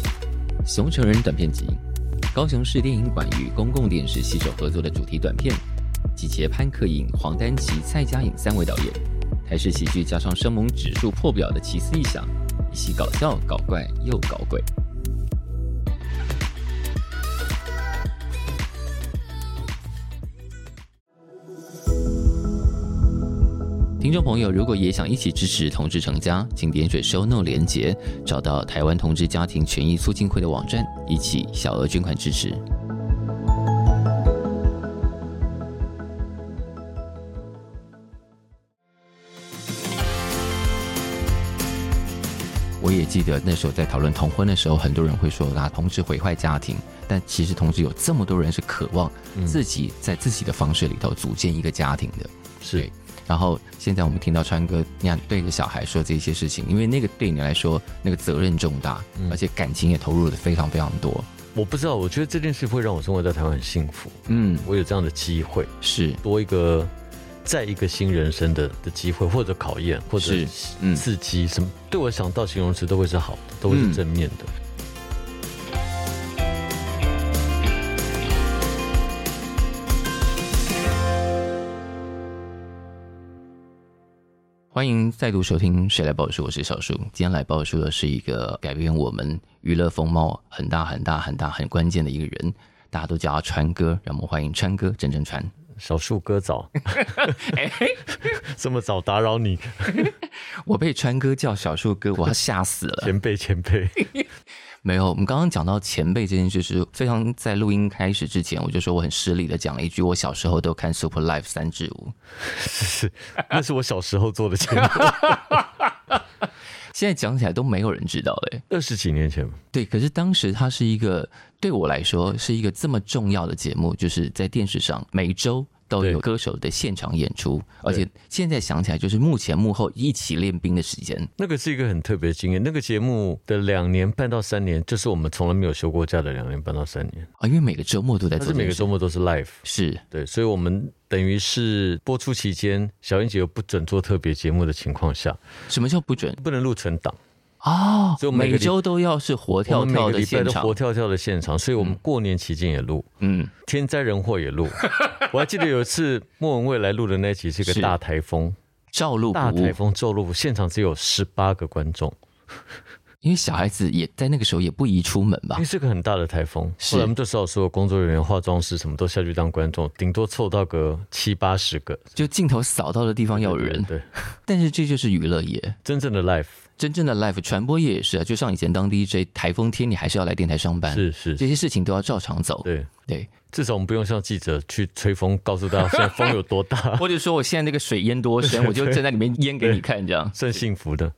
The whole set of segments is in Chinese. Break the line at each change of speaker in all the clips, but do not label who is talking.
《熊成人短片集》，高雄市电影馆与公共电视携手合作的主题短片，集结潘克颖、黄丹琪、蔡佳颖三位导演，台式喜剧加上生猛指数破表的奇思异想，一起搞笑、搞怪又搞鬼。听众朋友，如果也想一起支持同志成家，请点选 show no 连结，找到台湾同志家庭权益促进会的网站，一起小额捐款支持。我也记得那时候在讨论同婚的时候，很多人会说啊，同志毁坏家庭，但其实同志有这么多人是渴望自己在自己的方式里头组建一个家庭的。
是
对然后现在我们听到川哥，你看对着小孩说这些事情，因为那个对你来说那个责任重大，而且感情也投入的非常非常多。
我不知道，我觉得这件事会让我生活在台湾很幸福，
嗯，
我有这样的机会，
是
多一个再一个新人生的的机会，或者考验，或者
是嗯
刺激，什么对我想到形容词都会是好的，都会
嗯
是正面的。
欢迎再度收听《谁来报数》，我是小树。今天来报数的是一个改变我们娱乐风貌很大很大很大很关键的一个人，大家都叫他川哥，让我们欢迎川哥郑正川。
小树哥 早，
哎，
这么早打扰你，
我被川哥叫小树哥，我要吓死了。
前辈前 辈，
没有，我们刚刚讲到前辈这件事，是非常在录音开始之前，我就说我很失礼的讲了一句，我小时候都看 Super Life 三至五，
是那是我小时候做的节目，
现在讲起来都没有人知道嘞。
二十几年前，
对，可是当时它是一个对我来说是一个这么重要的节目，就是在电视上每周都有
对
歌手的现场演出，而且现在想起来就是幕前幕后一起练兵的时间。
那个是一个很特别的经验。那个节目的两年半到三年，就是我们从来没有休过假的两年半到三年，
啊，因为每个周末都在做
但是
这
每
件
个
事，
周末都是 live。
是
对，所以我们等于是播出期间，小英姐又不准做特别节目的情况下，
什么叫不准
不能录存档，
哦？
所以我每个
每
礼
周都要是活
我
跳
们每
跳
个
的
礼拜
现
都
场
活，跳跳的现场，所以我们过年期间也录，
嗯，
天灾人祸 也录。我还记得有一次莫文蔚来录的那一集是个
是
大台风，
照录
大
不误
台。风骤录，现场只有十八个观众，
因为小孩子也在那个时候也不宜出门吧
因为？是个很大的台风。
啊是
后来我们就只好所有工作人员、化妆师什么都下去当观众，顶多凑到个七八十个。
就镜头扫到的地方要有人，
对，对
但是这就是娱乐业，
真正的 life
真正的 live 传播业也是啊。就像以前当 DJ，台风天你还是要来电台上班，
是是，
哎这些事情都要照常走。
对。
对，
至少我们不用像记者去吹风，告诉大家现在风有多 大，
或者说我现在那个水淹多深，我就站在里面淹给你看这样。
算幸福的。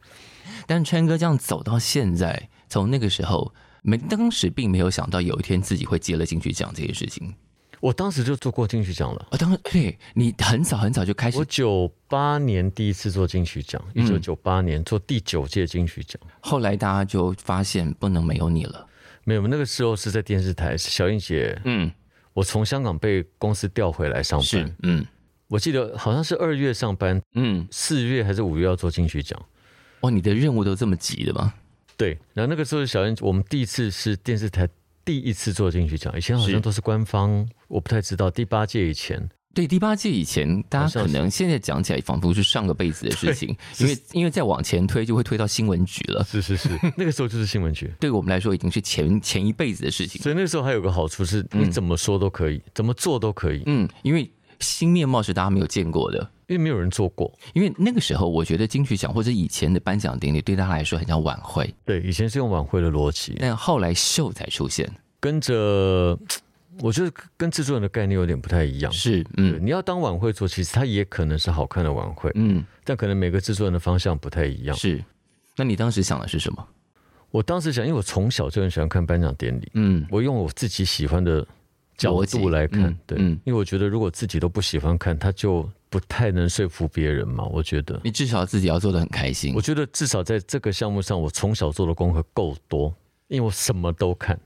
但川哥这样走到现在，从那个时候，没当时并没有想到有一天自己会接了进去讲这些事情。
我当时就做过金曲奖了，
啊、当然，对你很早很早就开始
我九八年第一次做金曲奖，一九九八年做第九届金曲奖。
后来大家就发现不能没有你了。
没有，那个时候是在电视台，小英姐，
嗯，
我从香港被公司调回来上
是
班，，
嗯
我记得好像是二月上班，
嗯，
四月还是五月要做金曲奖。
哇，哦你的任务都这么急的吗？
对，然后那个时候小燕，我们第一次是电视台第一次做金曲奖，以前好
是
像都是官方，我不太知道。第八届以前，
对，第八届以前，大
好
家
像
可
是
能现在讲起来仿佛是上个辈子的事情，因为因为再往前推就会推到新闻局了。
是是是， 那个时候就是新闻局。
对我们来说，已经是前前一辈子的事情。
所以那时候还有个好处是，你怎么说都可以，怎么做都可以，
嗯，因为新面貌是大家没有见过的。
因为没有人做过。
因为那个时候，我觉得金曲奖或者以前的颁奖典礼对大家来说很像晚会，
对，以前是用晚会的逻辑，
但后来秀才出现。
跟着我觉得跟制作人的概念有点不太一样。
是，
对，
嗯
你要当晚会做，其实它也可能是好看的晚会，
嗯，
但可能每个制作人的方向不太一样。
是。那你当时想的是什么？
我当时想，因为我从小就很喜欢看颁奖典礼，
嗯，
我用我自己喜欢的角
逻辑
度来看，
嗯
对，
嗯
因为我觉得如果自己都不喜欢看，他就不太能说服别人嘛。我觉得，
你至少自己要做的很开心
我。觉得至少在这个项目上，我从小做的功课够多，因为我什么都看。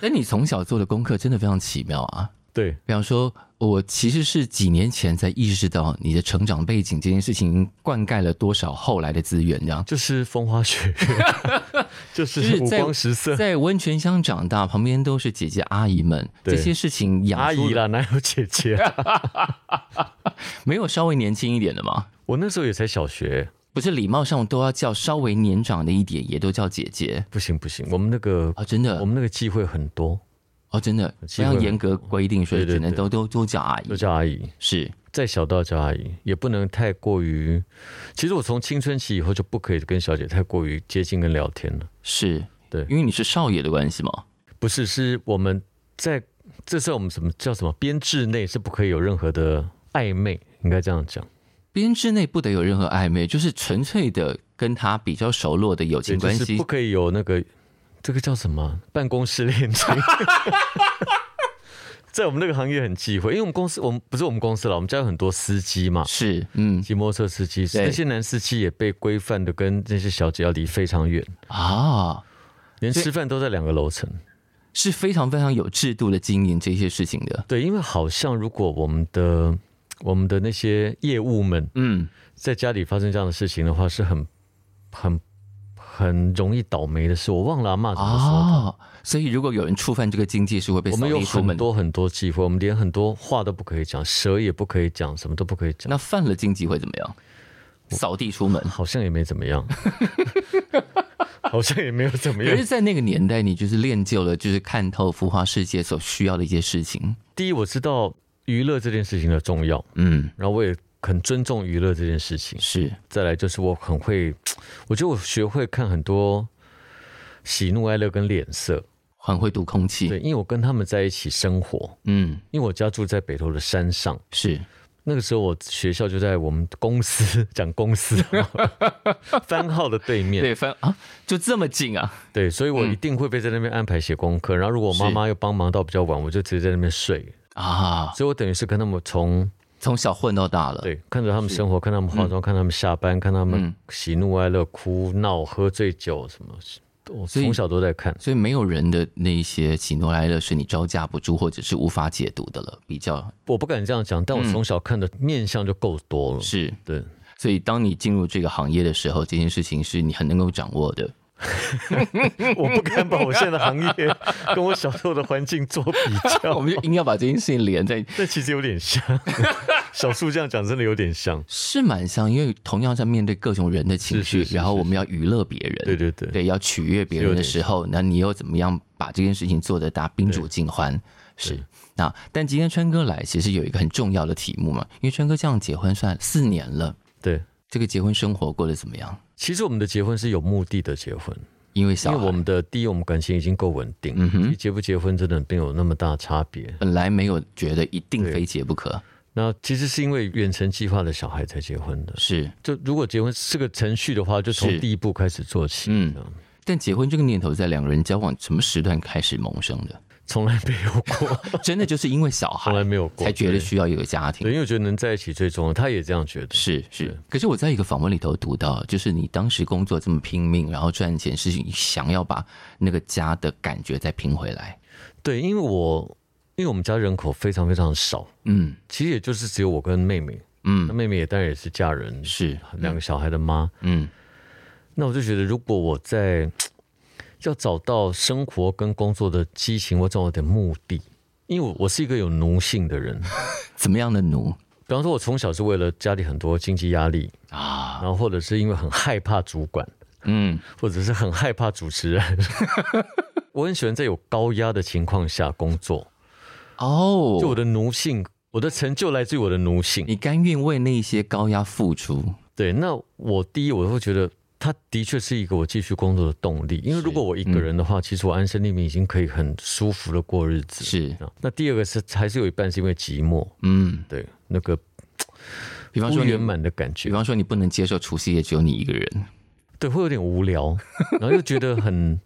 但你从小做的功课真的非常奇妙啊！
对，
比方说，我其实是几年前才意识到你的成长背景这件事情灌溉了多少后来的资源，这样。
就是风花 雪月，就
就是是
五
在
光十色。
在温泉乡长大，旁边都是姐姐阿姨们，
对
这些事情养
阿
出
姨啦，哪有姐 姐、啊？
没有稍微年轻一点的吗？
我那时候也才小学，
不是礼貌上都要叫稍微年长的一点，也都叫姐姐
不行不行，我们那个、
啊、真的
我们那个忌讳很多，
哦，真的
机
不
会
要严格规定，所以
对对
只能
对
都都都叫阿姨
都。叫阿姨。
是
再小到叫阿姨，也不能太过于。其实我从青春期以后就不可以跟小姐太过于接近跟聊天了。
是，
对
因为你是少爷的关系嘛。
不是，是我们在这在我们什么叫什么编制内是不可以有任何的暧昧，应该这样讲。
编制内不得有任何暧昧，就是纯粹的跟他比较熟络的友情
对，就
关
是
系
不。可以有那个这个叫什么办公室恋情。 在我们那个行业很忌讳，因为我们公司，我们不是我们公司了，我们家有很多司机嘛，
是，嗯
骑摩托车司机，
对
那些男司机也被规范的跟那些小姐要离非常远，
啊，
连
所以
吃饭都在两个楼层。
是非常非常有制度的经营这些事情的。
对，因为好像如果我们的我们的那些业务们
嗯，
在家里发生这样的事情的话，是很很很容易倒霉的事。我忘了阿妈怎么说的。
哦，所以如果有人触犯这个禁忌，是会被
我
扫
们有
地出
很
门的。
多很多忌讳，我们连很多话都不可以讲，蛇也不可以讲，什么都不可以讲，
那犯了禁忌会怎么样？扫地出门。
好像也没怎 么样，好像也没有怎么
可
样
是，。在那个年代，你就是练就了，就是看透浮华世界所需要的一些事情。
第一，我知道娱乐这件事情的重要，
嗯，
然后我也很尊重娱乐这件事情。
是
再来就是我很会，我觉得我学会看很多喜怒哀乐跟脸色，
很会读空气。
对，因为我跟他们在一起生活，
嗯，
因为我家住在北投的山上。
是
那个时候我学校就在我们公司 讲公司番号的对面，
对，反啊，就这么近啊。
对，所以我一定会被在那边安排写功课。然后如果我妈妈又帮忙到比较晚，我就直接在那边睡。
啊，
所以我等于是跟他们从
从小混到大了。
对看着他们生活，看他们化
嗯
妆，看他们下班，看他们喜怒哀乐、哭闹、喝醉酒什么，我
所以
从小都在看。
所以没有人的那一些喜怒哀乐是你招架不住或者是无法解读的了，比较
我不敢这样讲，但我
嗯
从小看的面相就够多了。
是。
对，
所以当你进入这个行业的时候，这件事情是你很能够掌握的。
我不敢把我现在的行业跟我小时候的环境做比较
我。们就硬要把这件事情连 在，
那其实有 点像，小树这样讲真的有点像。
是蛮像，因为同样在面对各种人的情绪，
是是是
然后我们要娱乐别人，
对对对，
对，要取悦别人的时候，那你又怎么样把这件事情做得大宾主尽欢？是
对
那，但今天川哥来，其实有一个很重要的题目嘛，因为川哥这样结婚算四年了，
对。
这个结婚生活过得怎么样？
其实我们的结婚是有目的的结婚，
因为
因
小
为
孩
我们的第一，我们感情已经够稳定，嗯哼，结不结婚真的并没有那么大差别。
本来没有觉得一定
对
非结不可，
那其实是因为远程计划的小孩才结婚的，
是，
就如果结婚是个程序的话，就从
是
第一步开始做起，
嗯
嗯，
但结婚这个念头在两个人交往什么时段开始萌生 的？
从来没有过，
真的就是因为小
从来
孩
没有 过，
才觉得
对
需要有个家庭
对，。因为我觉得能在一起最重要，他也这样觉得，
是是，可是我在一个访问里头读到，就是你当时工作这么拼命，然后赚钱，是想要把那个家的感觉再拼回来。
对，因为我因为我们家人口非常非常少，
嗯
其实也就是只有我跟妹妹，那
嗯，
妹妹也当然也是嫁人，
是，
两个小孩的妈。
嗯
那我就觉得，如果我在要找到生活跟工作的激情，我找到点目的，因为我我是一个有奴性的 人。
怎么样的奴
比方说，我从小是为了家里很多经济压力，
啊？
然后或者是因为很害怕主管，
嗯，
或者是很害怕主持 人。我很喜欢在有高压的情况下工作，
哦，
就我的奴性，我的成就来自于我的奴性。
你甘愿为那些高压付出？
对，那我第一我会觉得。它的确是一个我继续工作的动力，因为如果我一
嗯
个人的话，其实我安身立命已经可以很舒服的过日子。
是，
啊那第二个是还是有一半是因为寂寞，
嗯，
对那个
比方
不
说你
圆，满的感
比
觉，
方说你不能接受除夕夜只有你一个人，
对，会有点无聊，然后又觉得很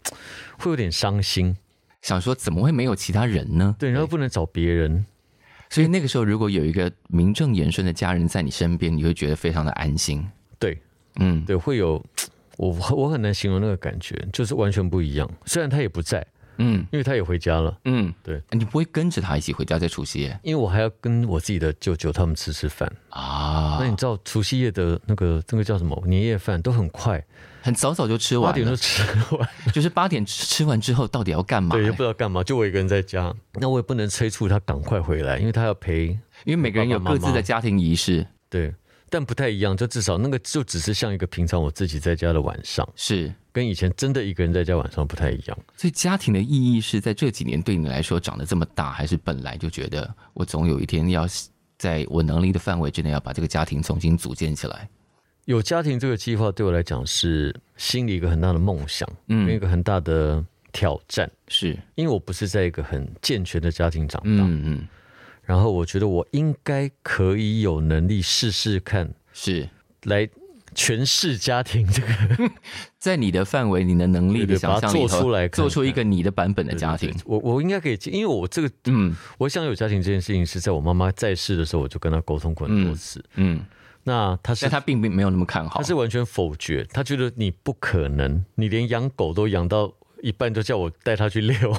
会有点伤心，
想说怎么会没有其他人呢？
对，然后不能找别人，
所以那个时候，如果有一个名正言顺的家人在你身边，你会觉得非常的安心。
对
嗯，
对，会有我我很难形容那个感觉，就是完全不一样。虽然他也不在，
嗯
因为他也回家了，
嗯，
对，
你不会跟着他一起回家在除夕夜
因为我还要跟我自己的舅舅他们吃吃饭。
啊
那？你知道除夕夜的那个那个叫什么年夜饭都很快，
很早早就吃
八
完
点就
了，
吃 完，
就是八点吃吃完之后到底要干嘛？
对，也不知道干嘛，就我一个人在家。那我也不能催促他赶快回来，因为他要陪。
因为每个人有各自的家庭仪式，
对，但不太一样，就至少那个就只是像一个平常我自己在家的晚上，
是。
跟以前真的一个人在家晚上不太一样。
所以家庭的意义是在这几年对你来说长得这么大，还是本来就觉得我总有一天要在我能力的范围之内要把这个家庭重新组建起来？
有家庭这个计划对我来讲是心里一个很大的梦想，跟一
嗯，
个很大的挑战，
是，
因为我不是在一个很健全的家庭长大，
嗯嗯，
然后我觉得我应该可以有能力试试看
是
来诠释家庭这个
在你的范围、你的能力
对
的
对
想
把它
象里头，
做出来看看
做出一个你的版本的家庭。
对对对我我应该可以接，因为我这个
嗯
我想有家庭这件事情是在我妈妈在世的时候，我就跟她沟通过很多次。
嗯，
那她是
但他并并没有那么看好
她。是完全否决，她觉得你不可能，你连养狗都养到一半就叫我带她去遛。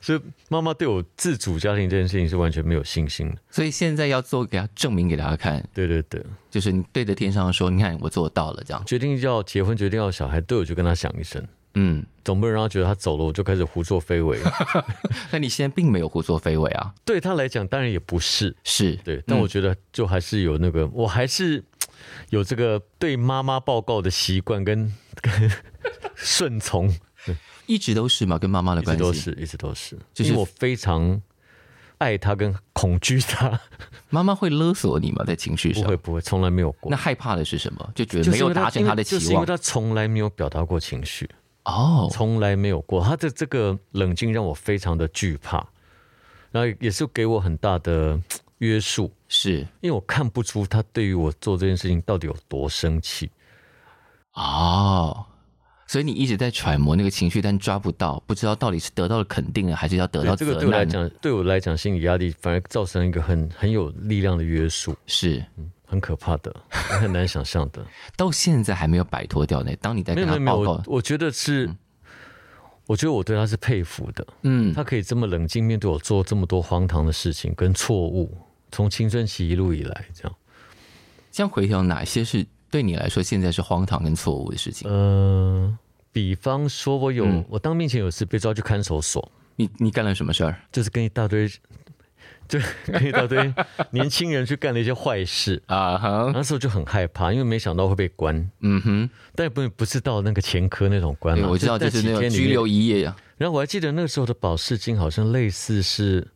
所以妈妈对我自主家庭这件事情是完全没有信心的。
所以现在要做给他证明给他看，
对对对，
就是你对着天上说：“你看我做到了。”这样，
决定要结婚，决定要小孩，对我就跟她讲一声，
嗯，
总不能让她觉得她走了我就开始胡作非为。
但你现在并没有胡作非为啊，
对她来讲，当然也不是，
是
对，但我觉得就还是有那个，我还是有这个对妈妈报告的习惯跟 跟顺从，
一直都是嘛，跟妈妈的
一直
关系
都是，一直都是，
就是
因为我非常爱她跟恐惧她，
妈妈会勒索你吗？在情绪
不
上
会，不会，从来没有过
那。害怕的是什么？就觉得
就是
没有
因为
达成
因为
他的
就
期
是因为
望。
她从来没有表达过情绪，
哦，
从来没有过，她的这个冷静让我非常的惧怕，然后也是给我很大的约束。
是
因为我看不出她对于我做这件事情到底有多生气，
哦，所以你一直在揣摩那个情绪，但抓不到，不知道到底是得到了肯定呢，还是要得
对
到
这
责
个对我来
难。
讲，对我来讲，心理压力反而造成一个很很有力量的约束，
是
很可怕的，也很难想象 的。
到现在还没有摆脱掉呢。当你在
没
跟
有没
他
有没有，
报告
我，我觉得是，我觉得我对他是佩服的，
嗯，
他可以这么冷静面对我做这么多荒唐的事情跟错误，从青春期一路以来这样。
这样回想哪些是对你来说现在是荒唐跟错误的事情？
呃，比方说我有、
嗯
我当面前有一次被抓去看守所，
你你干了什么事儿
就是跟一大堆，就 跟一大堆年轻人去干了一些坏事。
啊？哈，
那时候就很害怕，因为没想到会被关。
嗯哼，
但不不是到那个前科那种关
对，
了，
我知道，就是
在
那
几
种
天里
拘
面
留。一夜呀。
然后我还记得那个时候的保释金好像类似是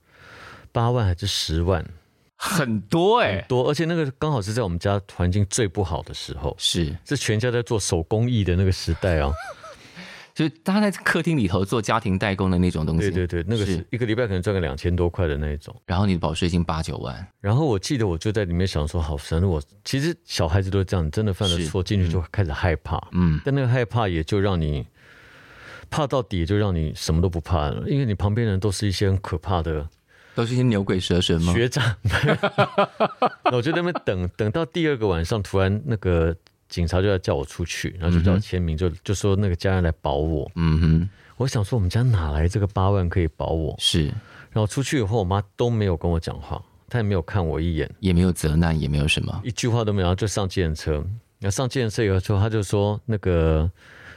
八万还是十万
很多哎、
多，而且那个刚好是在我们家环境最不好的时候，
是，
是全家在做手工艺的那个时 代啊。
就是他在客厅里头做家庭代工的那种东西，
对对对，那个
嗯是
是一个礼拜可能赚个两千多块的那一种。
然后你的保税金八九万，
然后我记得我就在里面想说，好，反正我其实小孩子都是这样，你真的犯了
是
错进去就开始害怕，
嗯，
但那个害怕也就让你怕到底，也就让你什么都不怕了，因为你旁边人都是一些很可怕的
都是一些牛鬼蛇神吗？
学长， 那我就在那边等等到第二个晚上，突然那个警察就要叫我出去，然后就叫我签名，就就说那个家人来保我。
嗯哼，
我想说我们家哪来这个八万可以保我？
是，
然后出去以后，我妈都没有跟我讲话，她也没有看我一眼，
也没有责难，也没有什么，
一句话都没有，然后就上计程车。然后上计程车以后，她就说那个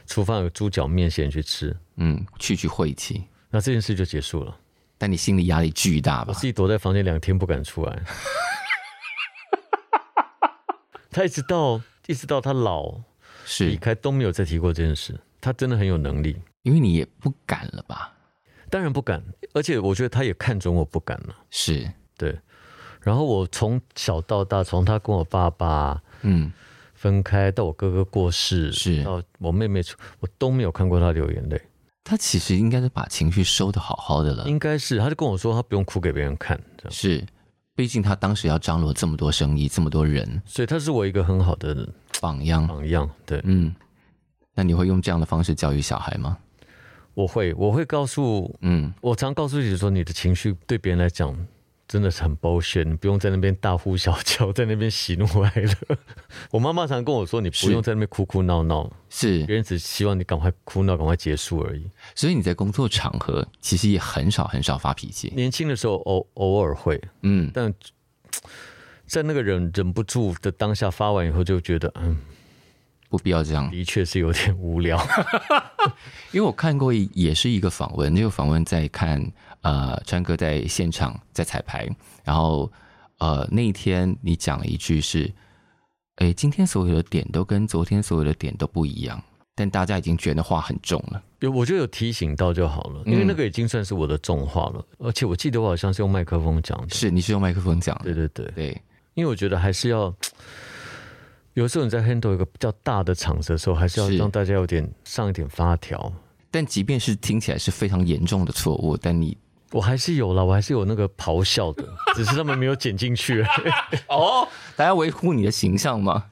厨房有猪脚面线去吃，
嗯，去去晦气，
那这件事就结束了。
但你心理压力巨大
我
吧
自？己躲在房间两天不敢出来。 他一直到一直到他老离
是
开都没有再提过这件事。他真的很有能力，
因为你也不敢了吧？
当然不敢，而且我觉得他也看准我不敢了。
是，
对，然后我从小到大，从他跟我爸爸
嗯，
分开到我哥哥过世，
是
到我妹妹出，我都没有看过他流眼泪。
他其实应该是把情绪收的好好的了，
应该是，他就跟我说他不用哭给别人看，这样，
是，毕竟他当时要张罗这么多生意，这么多人
所以他是我一个很好的
榜样，
榜样。对，
嗯，那你会用这样的方式教育小孩吗？
我会，我会告诉
嗯，
我常告诉自己说，你的情绪对别人来讲真的是很 bullshit，你不用在那边大呼小叫，在那边喜怒哀乐。 我妈妈常跟我说，你不
是
用在那边哭哭闹闹，别
是，
人只希望你赶快哭闹，赶快结束而已。
所以你在工作场合其实也很少很少发脾气。
年轻的时候偶偶尔会，
嗯，
但在那个忍忍不住的当下发完以后，就觉得嗯，
不必要这样。
的确是有点无聊。
因为我看过一也是一个访问，那个访问在看呃川哥在现场在彩排，然后呃那一天你讲了一句是，哎，今天所有的点都跟昨天所有的点都不一样，但大家已经觉得话很重了。
有，我就有提醒到就好了，因为那个已经算是我的重话了，而且我记得我好像是用麦克风讲的。
是，你是用麦克风讲的，
对对对，
对，
因为我觉得还是要，有时候你在 handle 一个比较大的场子的时候，还是要
是
让大家有点上一点发条。
但即便是听起来是非常严重的错误，但你
我还是有啦，我还是有那个咆哮的，只是他们没有剪进去而 已。
哦，大家维护你的形象嘛，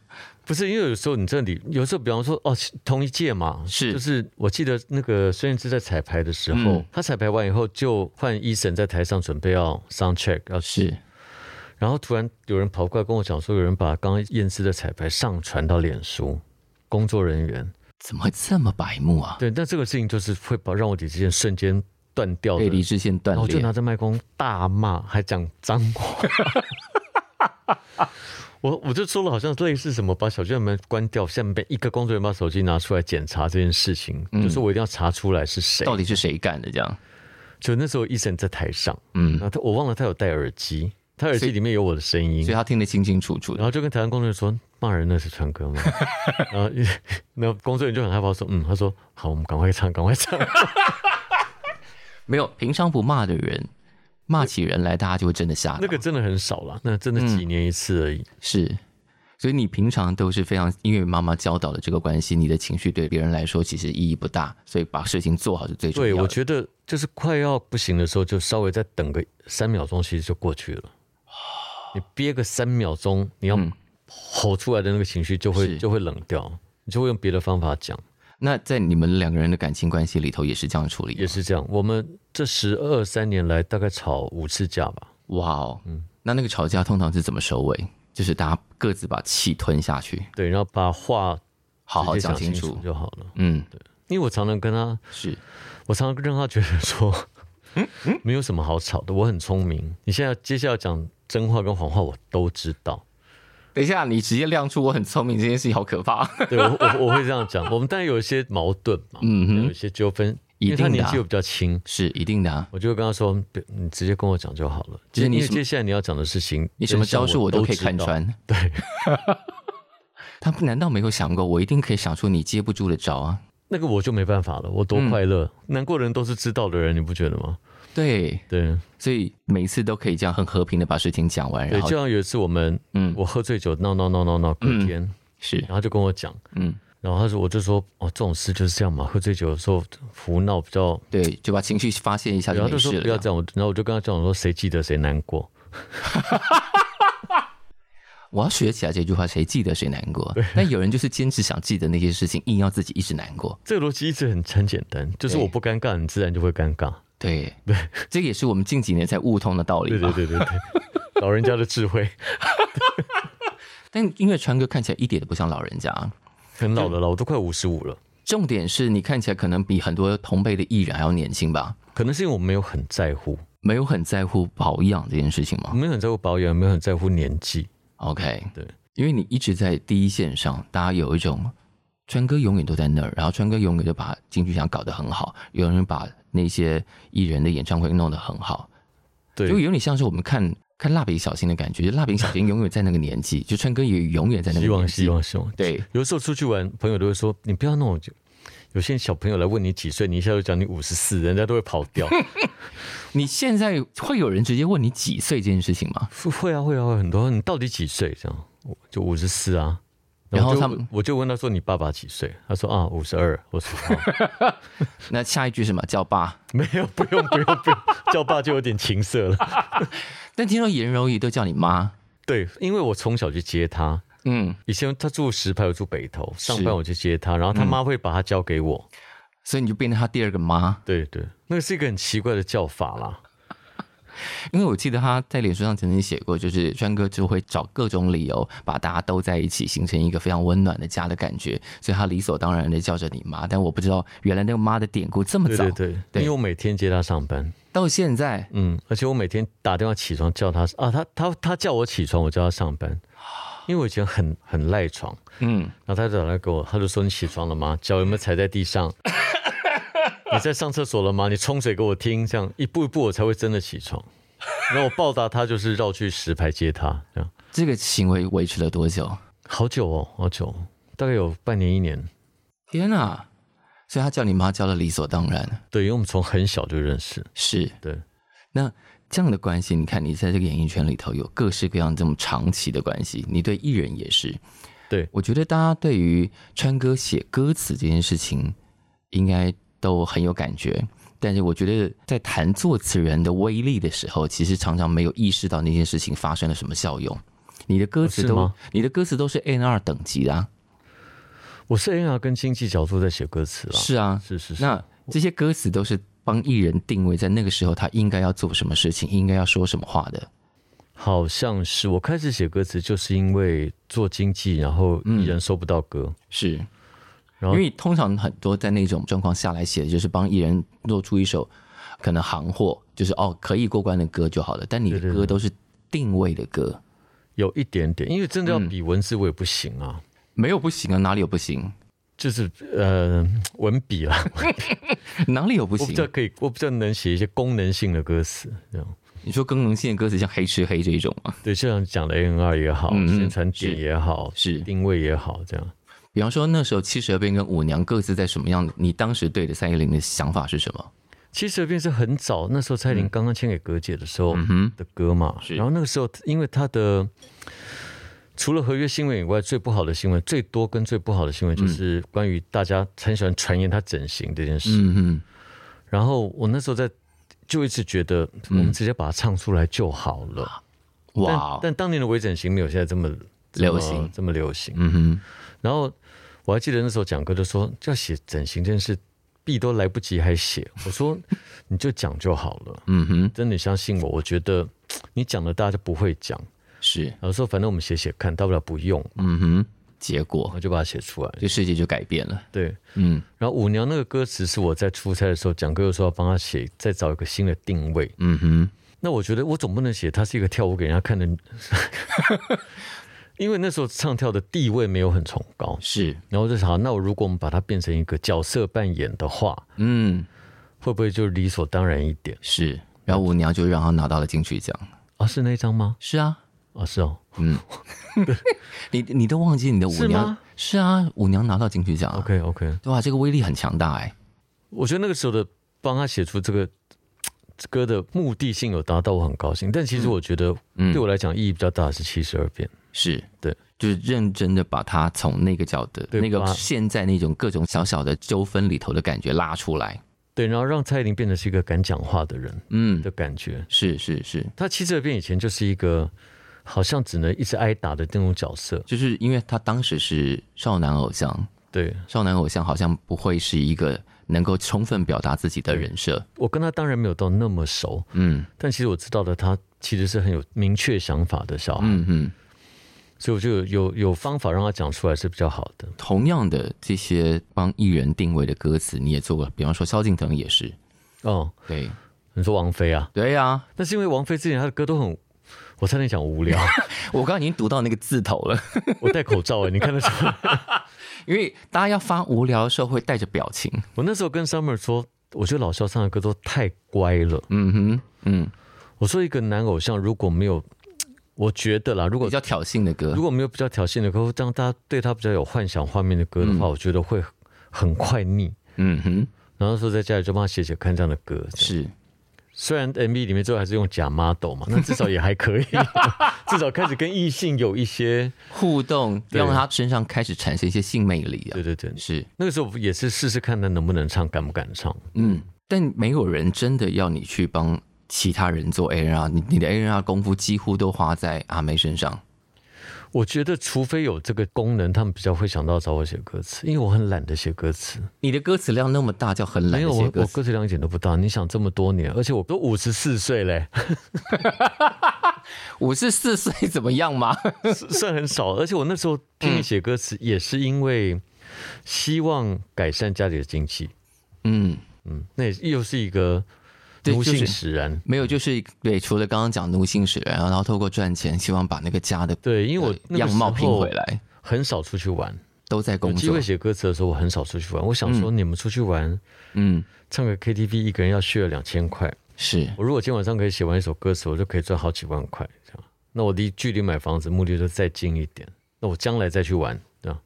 不是因为有时候你这里，有时候比方说哦，同一届嘛，
是
就是我记得那个孙燕姿在彩排的时候，
嗯
她彩排完以后就换医生在台上准备要 sound check 要
是
然后突然有人跑过来跟我讲说，有人把刚刚验尸的彩排上传到脸书，工作人员。
怎么会这么白目啊？
对，但这个事情就是会把让我理智线瞬间断掉的
被。理智线断
然哦后我就
裂
拿，着麦克风大骂，还讲脏话。我我就说了，好像类似什么把小卷门关掉，下面一个工作人员把手机拿出来检查这件事情，就说我一定要查出来是谁。
嗯到底是谁干的这样？
就那时候医生在台上，
嗯
然，后他我忘了他有戴耳机，他耳机里面有我的声音
所以，他听得清清楚楚的
然。后就跟台湾工作人员说：“骂人那是川哥吗？” 然后，然后工作人员就很害怕说：“嗯。”他说：“好，我们赶快唱，赶快唱。
没有，平常不骂的人，骂起人来，大家就会真的吓”到。
那个真的很少啦，那
嗯
真的几年一次而已。
是，所以你平常都是非常因为妈妈教导的这个关系，你的情绪对别人来说其实意义不大，所以把事情做好是最重
对，
要的。
我觉得就是快要不行的时候，就稍微再等个三秒钟，其实就过去 了。你憋个三秒钟，你要
嗯
吼出来的那个情绪就会
是
就会冷掉，你就会用别的方法讲。
那在你们两个人的感情关系里头也是这样处理吗，
也是这样，我们这十二三年来大概吵五次架吧。
哇哦，那那个吵架通常是怎么收尾？就是大家各自把气吞下去，
对，然后把话
好好
直接
讲
讲
清
楚
楚。
就好了。
嗯，
因为我常常跟他
是
我常常让他觉得说，
嗯
没有什么好吵的，我很聪明。你现在接下来讲真话跟谎话，我都知道。
等一下，你直接亮出我很聪明这件事情好可 怕。
对我，我我会这样讲。我们当然有一些矛盾嘛，
嗯哼
有一些纠纷，
一
因
定的
为
啊
他年纪又比较轻，
是一定的啊，
我就会跟他说，别你直接跟我讲就好了。
就是你
因为
什么
接下来你要讲的事情，
你什么
真相
招数我都可以看
知道。
穿。对， 他难道没有想过，我一定可以想出你接不住的招啊？
那个我就没办法了，我多快乐。
嗯
难过的人都是知道的人，你不觉得吗？
对，
对
所以每次都可以这样很和平的把事情讲完，
对，
然
就
后
像有一次我们，
嗯
我喝醉酒闹闹闹闹闹，隔
嗯
天、
是
然后他就跟我讲，
嗯，
然后他说，我就说，哦，这种事就是这样嘛，喝醉酒的时候胡闹比较，
对，就把情绪发泄一下
然
就
后他
没
就说
事了。
不要这样，我然后我就跟他讲，我说谁记得谁难过，
我要学起来这句话，谁记得谁难过？但有人就是坚持想记得那些事情，硬要自己一直难过。
这个逻辑一直很很简单，就是
对
我不尴尬，你自然就会尴尬，
对对，这也是我们近几年才悟通的道理
对
吧
对。对 对对，老人家的智慧，
但因为川哥看起来一点都不像老人家啊，
很老了啦，我都快五十五了，
重点是你看起来可能比很多同辈的艺人还要年轻吧？
可能是因为我没有很在乎，
没有很在乎保养这件事情吗
没有很在乎保养，没有很在乎年纪，
？OK，
嗯对，
因为你一直在第一线上，大家有一种川哥永远都在那儿，然后川哥永远就把金曲奖搞得很好，有人把那些艺人的演唱会弄得很好，就
对，
有点像是我们看看蜡笔小新的感觉，就蜡笔小新永远在那个年 纪，就川哥也永远在那个
希望
年纪，
希望希望，
对，
有时候出去玩，朋友都会说你不要弄我就。有些小朋友来问你几岁，你一下就讲你五十四，人家都会跑掉。
你现在会有人直接问你几岁这件事情吗？
会啊会啊，会很多。你到底几岁？这样，我就五十四啊。
然后
我就
他们
我就问他说：“你爸爸几岁？”他说：“啊，五十二。”我说：“哦，
那下一句是什么叫爸？
没有，不用，不用，不用，叫爸就有点情色了。
但听说颜柔仪都叫你妈，”
对，因为我从小去接他，
嗯，
以前他住石牌，我住北头，
是嗯
上班我去接他，然后他妈会把他交给我。
所以你就变成他第二个妈。
对对，那个是一个很奇怪的叫法啦。
因为我记得他在脸书上曾经写过，就是川哥就会找各种理由把大家都在一起，形成一个非常温暖的家的感觉，所以他理所当然的叫着你妈。但我不知道原来那个妈的典故这么
对
早，
对对，
对
因为我每天接他上班，
到现在
嗯，而且我每天打电话起床叫他啊，他他他叫我起床，我叫他上班，因为我以前很很赖床，
嗯，
然后他就打来给我，他就说你起床了吗？脚有没有踩在地上？你在上厕所了吗？你冲水给我听，这样一步一步我才会真的起床。然后我报答他就是绕去石牌接他，这样
这个行为维持了多久？
好久哦，好久哦、大概有半年一年。
天啊！所以他叫你妈叫的理所当然，
对，因为我们从很小就认识，
是
对，
那这样的关系，你看你在这个演艺圈里头有各式各样这么长期的关系，你对艺人也是。
对
我觉得大家对于川哥写歌词这件事情，应该都很有感觉。但是我觉得在谈作词人的威力的时候，其实常常没有意识到那件事情发生了什么效用。你的歌词
哦是
都，
吗
你的歌词都是 N 二等级的、啊，
我是 N R 跟经济角度在写歌词啦，
是啊，
是是是，
那这些歌词都是帮艺人定位在那个时候他应该要做什么事情，应该要说什么话的。
好像是我开始写歌词就是因为做经济，然后
嗯
艺人收不到歌，
是，
然后
因为通常很多在那种状况下来写的，就是帮艺人做出一首可能行货，就是哦可以过关的歌就好了。但你
对
的
对
歌
对
都是定位的歌，
有一点点，因为真的要
嗯
比文字我也不行啊。
没有不行啊，哪里有不行？
就是呃文笔啦，
哪里有不
我比较
行？
可以，我比较能写一些功能性的歌词，这样
你说功能性的歌词像黑吃黑这一种吗？
对，就像讲的 N 二也好，
嗯嗯
宣传点也好，
是是
定位也好，这样
比方说那时候七十二变跟舞娘各自在什么样的？你当时对的蔡依林的想法是什么？
其实便是很早，那时候蔡依林刚刚签给葛姐的时候的歌嘛，
嗯是
然后那个时候因为她的除了合约新闻以外，最不好的新闻最多跟最不好的新闻就是关于大家很喜欢传言她整形这件事，
嗯哼，
然后我那时候在就一直觉得我
嗯
们直接把它唱出来就好了。
哇
但
哦，
但当年的微整形没有现在这么这么
流行
这么流行。
嗯哼，
然后我还记得那时候讲哥就说，要写整形这件事，币都来不及还写。我说你就讲就好了，
嗯哼，
真的相信我，我觉得你讲了大家就不会讲。
是，
然后说反正我们写写看，大不了不用，
嗯哼，结
然
果
后就把它写出来。
这世界就改变了。
对，
嗯
然后舞娘那个歌词是我在出差的时候，蒋哥又说要帮他写，再找一个新的定位。
嗯哼，
那我觉得我总不能写她是一个跳舞给人家看的女， 因为那时候唱跳的地位没有很崇高，
是，
然后就想，那我如果我们把它变成一个角色扮演的话，
嗯。
会不会就理所当然一点
是，然后舞娘就让他拿到了金曲奖。
啊？是那一张吗？
是啊，
啊，是哦。
你你都忘记你的舞
是
娘
吗
是啊，舞娘拿到金曲奖、啊，
OK OK，
对吧？这个威力很强大哎、
我觉得那个时候的帮他写出这个嘖歌的目的性有达到，我很高兴。但其实我觉得
嗯
对我来讲意义比较大的是七十二变。
是
对，
就是认真的把他从那个角的
对
那个
把
现在那种各种小小的纠纷里头的感觉拉出来。
对，然后让蔡依林变成是一个敢讲话的人
嗯
的，感觉。
是是是，
她七十二变以前就是一个好像只能一直挨打的那种角色。
就是因为他当时是少男偶像，
对
少男偶像好像不会是一个能够充分表达自己的人设。
我跟她当然没有到那么熟，
嗯
但其实我知道的她其实是很有明确想法的小孩。
嗯嗯。
所以我就有有有方法让他讲出来是比较好的。
同样的这些帮艺人定位的歌词，你也做过，比方说萧敬腾也是，
哦，
对
你说王菲啊，
对呀、啊，
那是因为王菲之前她的歌都很，我差点讲无聊，
我刚刚已经读到那个字头了，
我戴口罩哎、你看得出来？
因为大家要发无聊的时候会带着表情，
我那时候跟 Summer 说，我觉得老萧唱的歌都太乖了。
嗯哼，嗯，
我说一个男偶像如果没有，我觉得啦，
比
如果
较挑衅的歌
如，果没有比较挑衅的歌，让大家对他比较有幻想画面的歌的话，我觉得会很快腻。
嗯哼，
然后说在家里就帮他写写看这样的歌，这样
是
虽然 MV 里面最后还是用假 model 嘛，那至少也还可以， 至少开始跟异性有一些，
互动，
对
让他身上开始产生一些性魅力啊
对，对对，
是，
那个时候也是试试看他能不能唱，敢不敢唱。
嗯，但没有人真的要你去帮其他人做 A R，你你的 A R 功夫几乎都花在阿妹身上，
我觉得除非有这个功能，他们比较会想到找我写歌词，因为我很懒得写歌词。
你的歌词量那么大，叫很懒得
没有，
写
我
歌
我
词。
歌词量一点都不大。你想这么多年，而且我都五十四岁嘞，
五十四岁怎么样嘛？
算嗯很少。而且我那时候拼命写歌词，也是因为希望改善家里的经济。
嗯，
嗯，那也又是一 个
对
奴
就
性
是
使然。
没有，就是对，除了刚刚讲奴性使然，然后透过赚钱，希望把那个家的呃
对，因为我那个
样貌
时
拼
候
回来，
很少出去玩。
都在
有
工
机
作
会。写歌词的时候，我很少出去玩。我想说，你们出去玩、
嗯，
唱个 KTV，一个人要需要两千块。
是
我如果今天晚上可以写完一首歌词，我就可以赚好几万块。这样，那我离距离买房子目的就再近一点。那我将来再去玩，这样，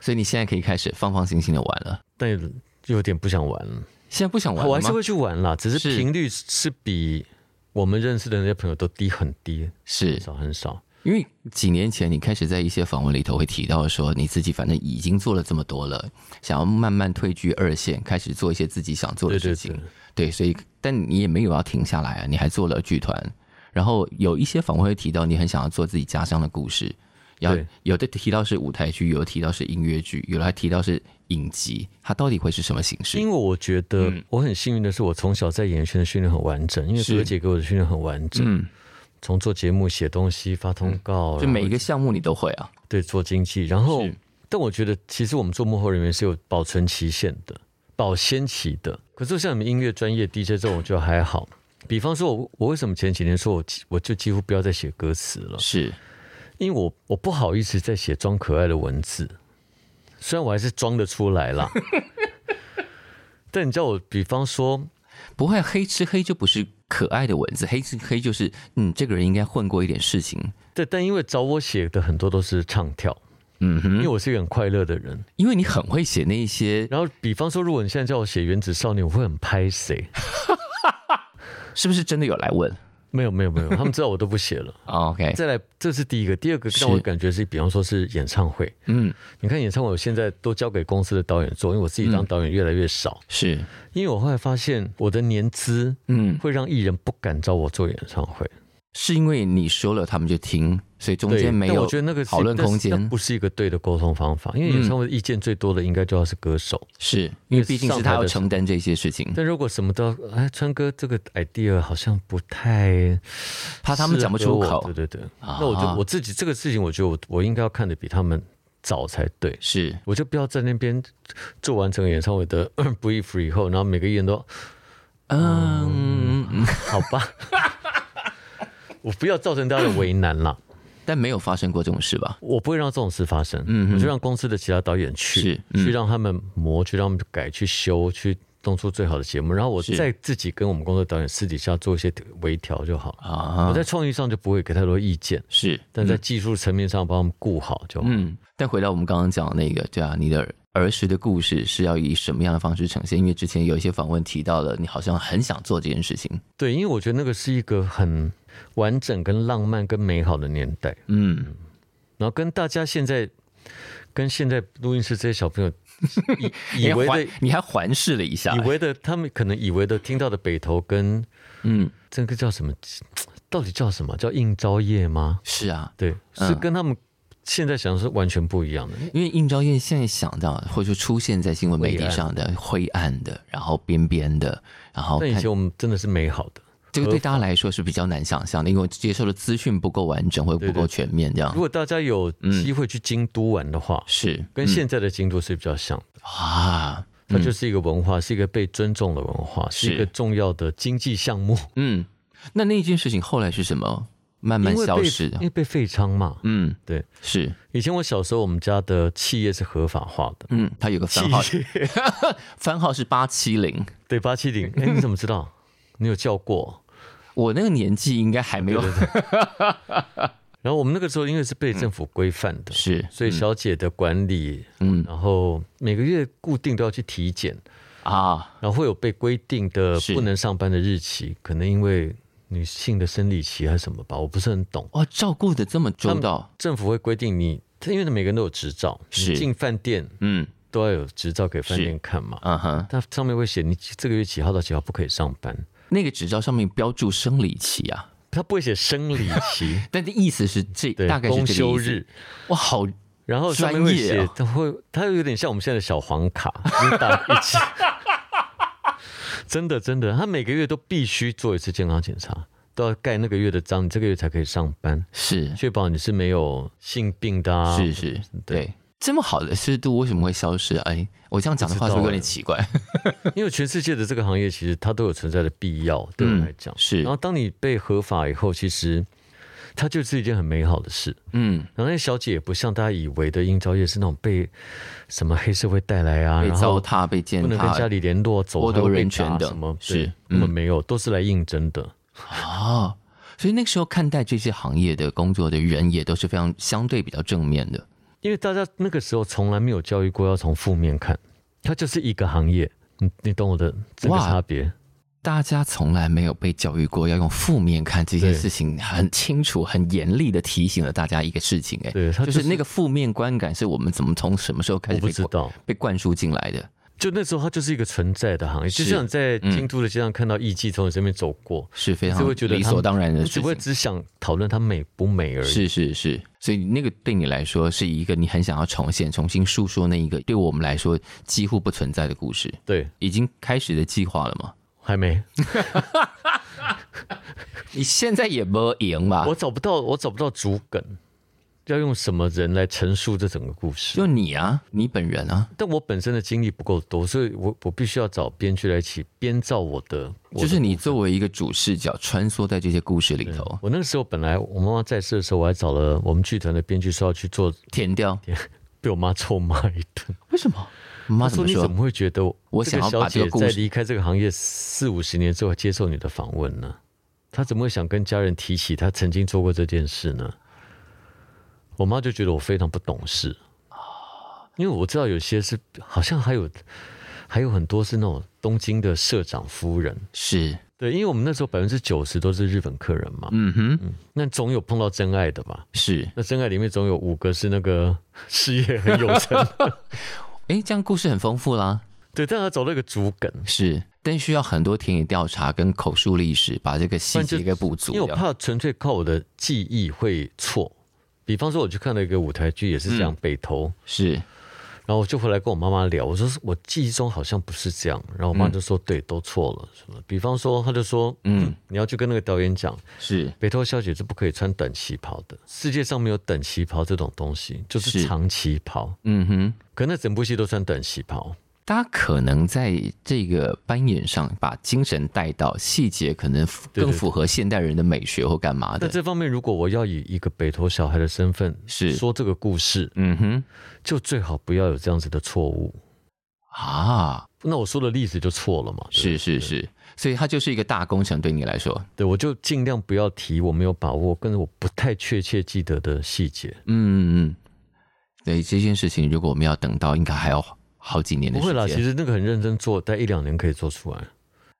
所以你现在可以开始放放心心的玩了。
但也有点不想玩了。
现在不想玩了
我还是
吗？
会去玩啦，只
是
是频率是比我们认识的那些朋友都低很低，
是
很少很少。
因为几年前你开始在一些访问里头会提到说，你自己反正已经做了这么多了，想要慢慢退居二线，开始做一些自己想做的
对对
事情。
对，
对，所以但你也没有要停下来啊，你还做了剧团，然后有一些访问会提到你很想要做自己家乡的故事，然后
对
有的提到是舞台剧，有的提到是音乐剧，有的还提到是影集，它到底会是什么形式？
因为我觉得我很幸运的是，我从小在演艺圈的训练很完整，因为
是
哥姐给我的训练很完整。
嗯，
从做节目、写东西、发通告，
就每一
然后
个项目你都会啊，
对做经济，然后
是，
但我觉得其实我们做幕后人员是有保存期限的、保鲜期的。可是像你们音乐专业 DJ 这种，我觉得还好。比方说我，我为什么前几年说我几我就几乎不要再写歌词了？
是
因为我我不好意思再写装可爱的文字，虽然我还是装得出来 啦。但你叫我，比方说，
不会黑吃黑就不是可爱的文字，黑吃黑就是嗯，这个人应该混过一点事情，
对，但因为找我写的很多都是唱跳，
嗯
因为
哼，
我是一个很快乐的人。
因为你很会写那一些，
然后，比方说，如果你现在叫我写《原子少年》，我会很拍谁？
是不是真的有来问
没有，没有，没有，他们知道我都不写 了。
哦？OK，
再来，这是第一个，第二个
是
让我感觉是，比方说是演唱会。
嗯，
你看演唱会，我现在都交给公司的导演做，因为我自己
嗯
当导演越来越少。
是，
因为我后来发现，我的年资
嗯，
会让艺人不敢找我做演唱会。
是因为你说了他们就听，所以中
对，
间没
但
有
我觉得那个是
讨论
但是
空
那
间
不，是一个对的沟通方法，因为演唱会意见最多的应该就要是歌手。
是因为毕竟是他
上台
要
的
承担这些事情，
但如果什么都哎，川哥这个 idea 好像不太
怕他们讲不出
适合我
口
对，对对，
啊
那我就我自己这个事情，我觉得我我应该要看的比他们早才对，
是
我就不要在那边做完整个演唱会的 brief 以后，然后每个艺人都
嗯，嗯
好吧， 我不要造成大家的为难啦，
但没有发生过这种事吧？
我不会让这种事发生，
嗯哼
我就让公司的其他导演去
是，嗯
去让他们磨，去让他们改，去修，去。弄出最好的节目，然后我
是
再自己跟我们工作导演私底下做一些微调就好了。我
啊，嗯
在创意上就不会给太多意见，
是，
但在技术层面上帮他们顾好就好。
嗯，但回到我们刚刚讲的那个，对啊，你的儿时的故事是要以什么样的方式呈现？因为之前有一些访问提到了，你好像很想做这件事情。
对，因为我觉得那个是一个很完整、跟浪漫、跟美好的年代，
嗯，
然后跟大家现在跟现在录音室这些小朋友以
哎你还
以
哎
为的
环你还环视了一下
以，为的，他们可能以为的听到的北投跟
嗯，
这个叫什么，到底叫什么？叫应招业吗？
是啊，
对，是跟他们现在想的是完全不一样的。
因为应召燕现在想到或者说出现在新闻媒体上的灰暗的，然后边边的，然后
但以
哦看
前我们真的是美好的。
这个对大家来说是比较难想象的，因为接受的资讯不够完整或者
对
不够全面，这样
如果大家有机会去京都玩的话，
是
跟现在的京都是比较像的。
啊，
它就是一个文化，是一个被尊重的文化，是一个重要的经济项目。
嗯，那那件事情后来是什么？慢慢
因为
消
被
失
因，为被废娼嘛。
嗯，
对，
是，
以前我小时候，我们家的企业是合法化的，
嗯，它有个番号， 番号是八七零。
对八七零。哎，你怎么知道？你有叫过？
我那个年纪应该还没有，
然后我们那个时候因为是被政府规范的，
是
所以小姐的管理，
嗯
然后每个月固定都要去体检，
啊，
然后会有被规定的
是
不能上班的日期，可能因为女性的生理期还是什么吧，我不是很懂。
哇，照顾的这么周到，
政府会规定你，他因为每个人都有执照，
是
你进饭店
嗯
都要有执照给饭店看嘛。
嗯哼，
它上面会写你这个月几号到几号不可以上班，
那个执照上面标注生理期啊，
他不会写生理 期，
但的意思是这
对，
大概是
公
这
休
个意思。
日，
哇，好
然后上面
专
会
业
写
哦，
它会，它有点像我们现在的小黄卡，就是打一起。 真的真的，他每个月都必须做一次健康检查，都要盖那个月的章，你这个月才可以上 班，
是
确保你是没有性病的啊。
是是，对，这么好的制度为什么会消失？哎，我这样讲的话
不知
是
道
不是有
哎
点奇怪？
因为全世界的这个行业其实它都有存在的必要，对我
嗯
来讲、
是
然后当你被合法以后，其实它就是一件很美好的事。
嗯，
然后那些小姐也不像大家以为的应招业是那种被什么黑社会带来啊，
被
然
糟
后
蹋、被践
不能跟家
踏
里联络，走
剥夺
还会被
人权
打
的
什么，
是嗯
对我们没有，都是来应征的。
啊，所以那个时候看待这些行业的工作的人也都是非常相对比较正面的。
因为大家那个时候从来没有教育过要从负面看，它就是一个行业，你你懂我的这个
哇
差别。
大家从来没有被教育过要用负面看这件
对
事情，很清楚、很严厉的提醒了大家一个事情、哎，
对，它
就是那个负面观感是我们怎么从什么时候开
我
始
不
被
知
灌
道，
被灌输进来的？
就那时候它就是一个存在的行业，
是
就像你在京都的街上看到艺妓从你身边走过，
是非常
就会觉得
理
他
所当然
我
的
只
事
会
情。
只想讨论它美不美而已。
嗯是是是，所以那个对你来说是一个你很想要重现、重新诉说那一个对我们来说几乎不存在的故事，
对，
已经开始的计划了吗？
还没，
你现在也没赢吧
我？找不到，我找不到主梗，要用什么人来陈述这整个故事？
就你啊，你本人啊，
但我本身的经历不够多，所以我我必须要找编剧来一起编造我的，我的
就是你作为一个主视角穿梭在这些故事里头，
我那个时候本来我妈妈在世的时候，我还找了我们剧团的编剧说要去做，
填掉。
被我妈臭骂一顿。
为什么？妈怎
她说
么
你
说
怎？么会觉得
我
这
想
个
要
小
把这
姐
个故
在
事
离开这个行业四五十年之后接受你的访问呢？她怎么会想跟家人提起她曾经做过这件事呢？我妈就觉得我非常不懂事，因为我知道有些是好像还有还有很多是那种东京的社长夫人，
是，
对，因为我们那时候百分之九十都是日本客人嘛，
嗯哼，
那总有碰到真爱的吧？
是。
那真爱里面总有五个是那个 事业很有 成，
哎，这样故事很丰富啦。
对，但他找到一个主梗，
是，但需要很多田野调查跟口述历史，把这个
不
细
然就
节给补足
因为我
掉。
怕纯粹靠我的记忆会错。比方说，我去看了一个舞台剧，也是这样，北投，
是，
然后我就回来跟我妈妈聊，我说我记忆中好像不是这样，然后我妈就说、对，都错了什么。比方说，她就说，嗯， 你要去跟那个导演讲，
是，
北投小姐是不可以穿短旗袍的，世界上没有短旗袍这种东西，就是
是
长旗袍。
嗯哼。
可那整部戏都穿短旗袍，
大家可能在这个扮演上把精神带到细节，可能
对
更符合现代人的美学或干嘛
那
的。
这方面，如果我要以一个北投小孩的身份
是
说这个故事，
嗯哼，
就最好不要有这样子的错误。
啊，
那我说的例子就错了嘛？
是
对
是是，所以它就是一个大工程对你来说。
对，我就尽量不要提我没有把握，跟我不太确切记得的细节。
嗯嗯嗯，对这件事情，如果我们要等到，应该还要好几年的
不会啦，
时
其
间。
实那个很认真做，待一两年可以做出来。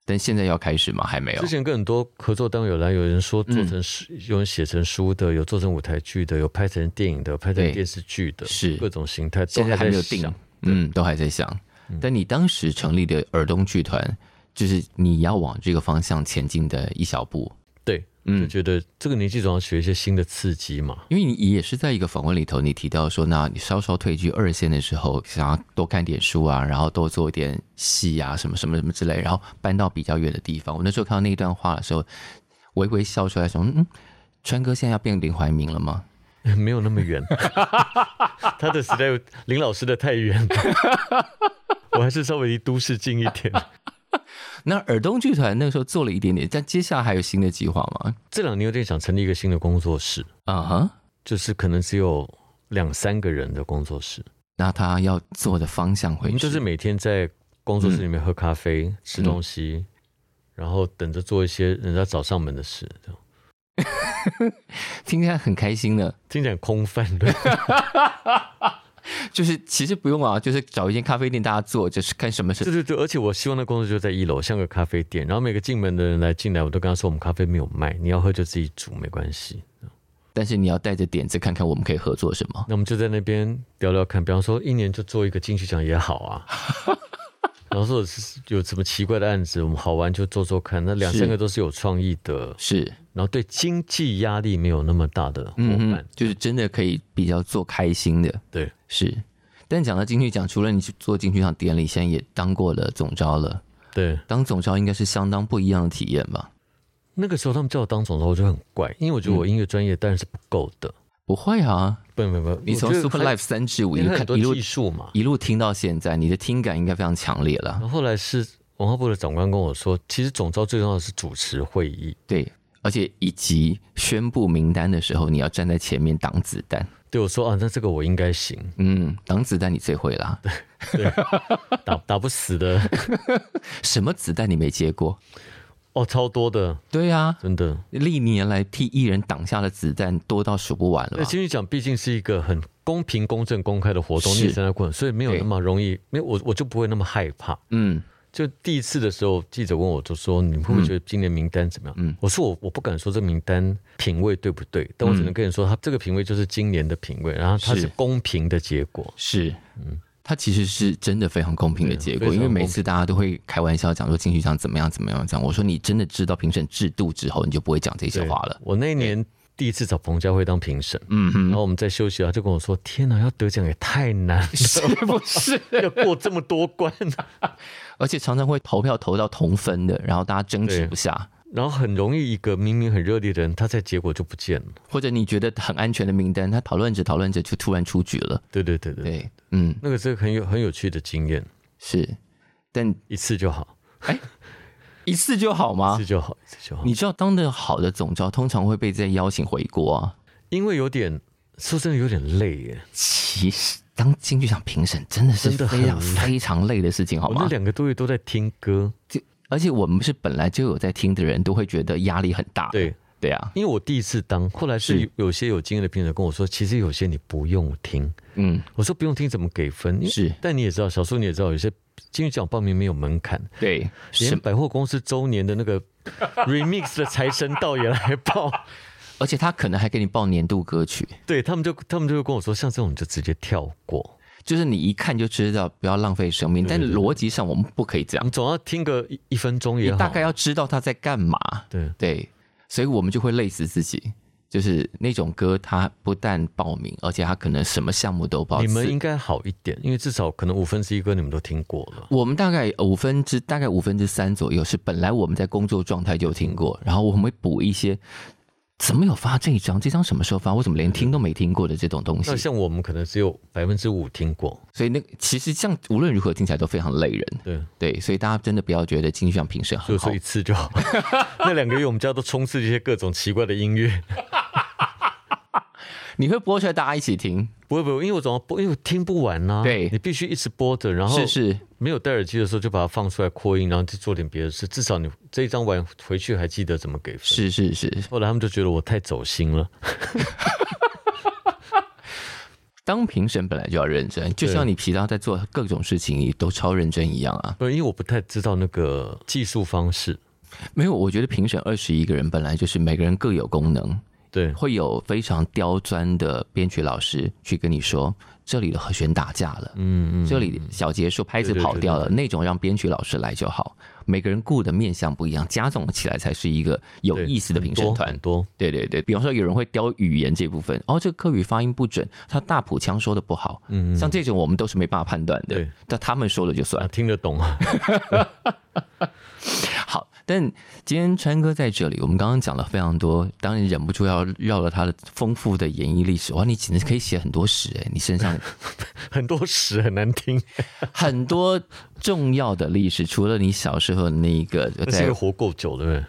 但现在要开始吗？还没有嗯
之。前跟很多合作单位有来，有人说做成书，有人写成书的，有做成舞台剧的，有拍成电影的，拍成
对
电视剧的，
是
各种形态。都
现在还嗯没有
在
定
想，
嗯，都还在想。但你当时成立的耳东剧团，就是你要往这个方向前进的一小步，
对，就
嗯，
觉得这个年纪总要学一些新的刺激嘛。
因为你也是在一个访问里头，你提到说，那你稍稍退居二线的时候，想要多看点书啊，然后多做一点戏啊，什么什么什么之类，然后搬到比较远的地方。我那时候看到那一段话的时候，微微笑出来说，嗯嗯，川哥现在要变林怀民了吗？
没有那么远，他的时代有林老师的太远了，我还是稍微离都市近一点。
那耳东剧团那个时候做了一点点，但接下来还有新的计划吗？
这两年有点想成立一个新的工作室，
啊哈。
就是可能只有两三个人的工作室，
那他要做的方向
我
会
们嗯就是每天在工作室里面喝咖啡、吃东西，然后等着做一些人家找上门的事，这样
听起来很开心的，
听起来很空泛的。
就是其实不用啊，就是找一间咖啡店大家坐，就是看什么
对
是
对对，而且我希望那工作就在一楼，像个咖啡店。然后每个进门的人来进来，我都跟他说我们咖啡没有卖，你要喝就自己煮，没关系。
但是你要带着点子看看我们可以合作什么。
那我们就在那边聊聊看，比方说一年就做一个金曲奖也好啊，然后说是有什么奇怪的案子，我们好玩就做做看。那两
是
三个都是有创意的，
是，
然后对经济压力没有那么大的伙
嗯
伴
哼，，就是真的可以比较做开心的，
对，
是。但讲到金曲奖，除了你去做金曲奖典礼，现在也当过了总招了。
对。
当总招应该是相当不一样的体验吧？
那个时候他们叫我当总裁，我就很怪，因为我觉得我音乐专业当然是不够的。
嗯不会啊，
不不不，
你从
我觉得
Super
还
Life 三至五一
因
路
为很
看
多
一路
技术嘛。
一路听到现在，你的听感应该非常强烈了
然。后后来是文化部的长官跟我说，其实总招最重要的是主持会议。
对，而且以及宣布名单的时候，你要站在前面挡子弹。
对我说啊，那这个我应该行，
嗯，挡子弹你最会啦。
打打不死的
什么子弹你没接过？
哦，超多的，
对啊，
真的。
历年来替艺人挡下的子弹多到数不完了啊
那
吧？
金曲奖毕竟是一个很公平、公正、公开的活动，
是
你也参加过，所以没有
对
那么容易，没有我我就不会那么害怕。
嗯，
就第一次的时候，记者问我，就说你会不会觉得今年名单怎么样？
嗯
我说我我不敢说这名单品味对不对，但我只能跟你说，它这个品味就是今年的品味，然后它
是
是公平的结果。
是，它其实是真的非常公平的
嗯对啊
结
非
果，
常
因为每次大家都会开玩笑讲说金曲奖怎么样怎么样讲，我说你真的知道评审制度之后，你就不会讲这些
对
话了。
我那一年第一次找彭佳慧当评审，
嗯哼，
然后我们在休息，他就跟我说：“天哪，要得奖也太难了，
是 不是？
要过这么多关。
而且常常会投票投到同分的，然后大家争执
对
不下，”
然后很容易一个明明很热烈的人，他在结果就不见了。
或者你觉得很安全的名单，他讨论着讨论着就突然出局了。
对对对对，
对，嗯，
那个是很有很有趣的经验，
是，但
一次就好，
一次就好
一
吗
次？就好，一次就好。
啊你知道，当的好的总招通常会被再邀请回国啊。
因为有点说真的有点累耶，
其实当金曲奖评审真的是
真的很
非常
累
非常累的事情，好
我那
吗？
两个多月都在听歌，
而且我们是本来就有在听的人，都会觉得压力很大。
对，
对啊，
因为我第一次当，后来
是
是有些有经验的评审跟我说，其实有些你不用听，
嗯，
我说不用听怎么给分？因为
是
但你也知道，小叔你也知道，有些金曲奖报名没有门槛，
对，
连
是，
百货公司周年的那个 remix 的财神到也来报，
而且他可能还给你报年度歌曲，
对他们就他们就跟我说，像这种你就直接跳过，
就是你一看就知道不要浪费生命，
对
但
对对
逻辑上我们不可以这样
你，总要听个一一分钟
你
也好，
大概要知道他在干嘛。
对
对，所以我们就会累死自己。就是那种歌，它不但报名，而且它可能什么项目都报。
你们应该好一点，因为至少可能五分之一歌你们都听过了。
我们大概呃五分之大概五分之三左右是本来我们在工作状态就听过，然后我们会补一些怎么有发这一张，这张什么时候发，我怎么连听都没听过的这种东
那
西。
像我们可能只有百分之五听过，
所以那个其实像无论如何听起来都非常累人，
对，
对，所以大家真的不要觉得金曲奖评审
所
很
以
好
说一，次就好。 那两个月我们家都充斥这些各种奇怪的音乐，
你会播出来大家一起听，
不会不会，因为我总要播，因为我听不完呐、
对
你必须一直播着，然后
是是，
没有戴耳机的时候就把它放出来扩音，然后去做点别的事，至少你这一张完回去还记得怎么给分。
是是是，
后来他们就觉得我太走心了，
当评审本来就要认真，就像你平常在做各种事情，你都超认真一样啊。
对，因为我不太知道那个技术方式。
没有，我觉得评审二十一个人本来就是每个人各有功能，
对，
会有非常刁钻的编曲老师去跟你说，这里的和弦打架了，
嗯嗯，
这里小节数拍子
对对对
跑掉了，那种让编曲老师来就好。每个人顾的面向不一样，加总起来才是一个有
对
意思的评审
很多
团
很。多，
对对对，比方说有人会雕语言这部分，哦，这个客语发音不准，他大普腔说的不好，
嗯，嗯
像这种我们都是没办法判断的
对，
但他们说了就算
啊，。听得懂啊。
好，但今天川哥在这里，我们刚刚讲了非常多，当然忍不住要绕了他的丰富的演艺历史。哇，你简直可以写很多史哎、你身上
很多屎很难听，
很多重要的历史，除了你小时候的那一个
那是因
在
为活够久，对不对？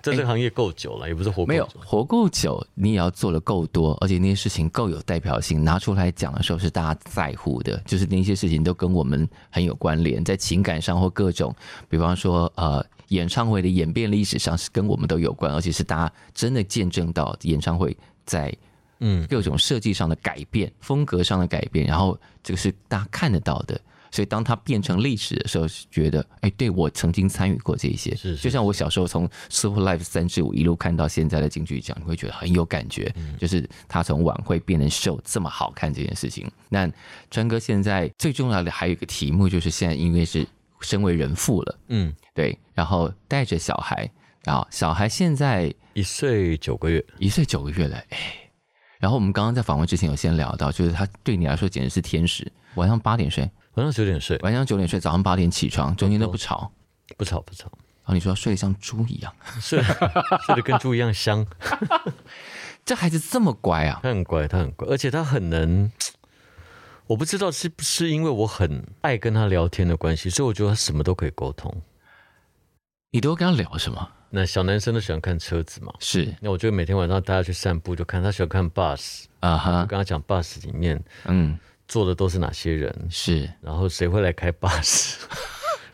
在这个行业够久了，也不是活够
哎
久
没有活够久，你也要做的够多，而且那些事情够有代表性，拿出来讲的时候是大家在乎的，就是那些事情都跟我们很有关联，在情感上或各种，比方说呃演唱会的演变历史上是跟我们都有关，而且是大家真的见证到演唱会在
嗯，
各种设计上的改变、风格上的改变，然后这个是大家看得到的。所以当它变成历史的时候，是觉得哎，对我曾经参与过这一些，
是是
就像我小时候从 Super Life 三至五一路看到现在的金曲奖，你会觉得很有感觉，
嗯
就是它从晚会变成秀这么好看这件事情。那川哥现在最重要的还有一个题目，就是现在因为是身为人父了，
嗯，
对，然后带着小孩，然后小孩现在
一岁九个月，
一岁九个月了，哎，然后我们刚刚在访问之前有先聊到，就是他对你来说简直是天使，晚上八点睡，
晚上九点睡，
晚上九点睡，早上八点起床，中间都不吵，
不吵不吵，
然后你说睡得像猪一样，
睡 睡得跟猪一样香。
这孩子这么乖啊，
他很乖，他很乖，而且他很能。我不知道是不是因为我很爱跟他聊天的关系，所以我觉得他什么都可以沟通。
你都跟他聊什么？
那小男生都喜欢看车子嘛，
是
那我就每天晚上带他去散步，就看他喜欢看 bus，
啊
我
哈，
跟他讲 bus 里面
嗯，
坐的都是哪些人，
是，
然后谁会来开 bus，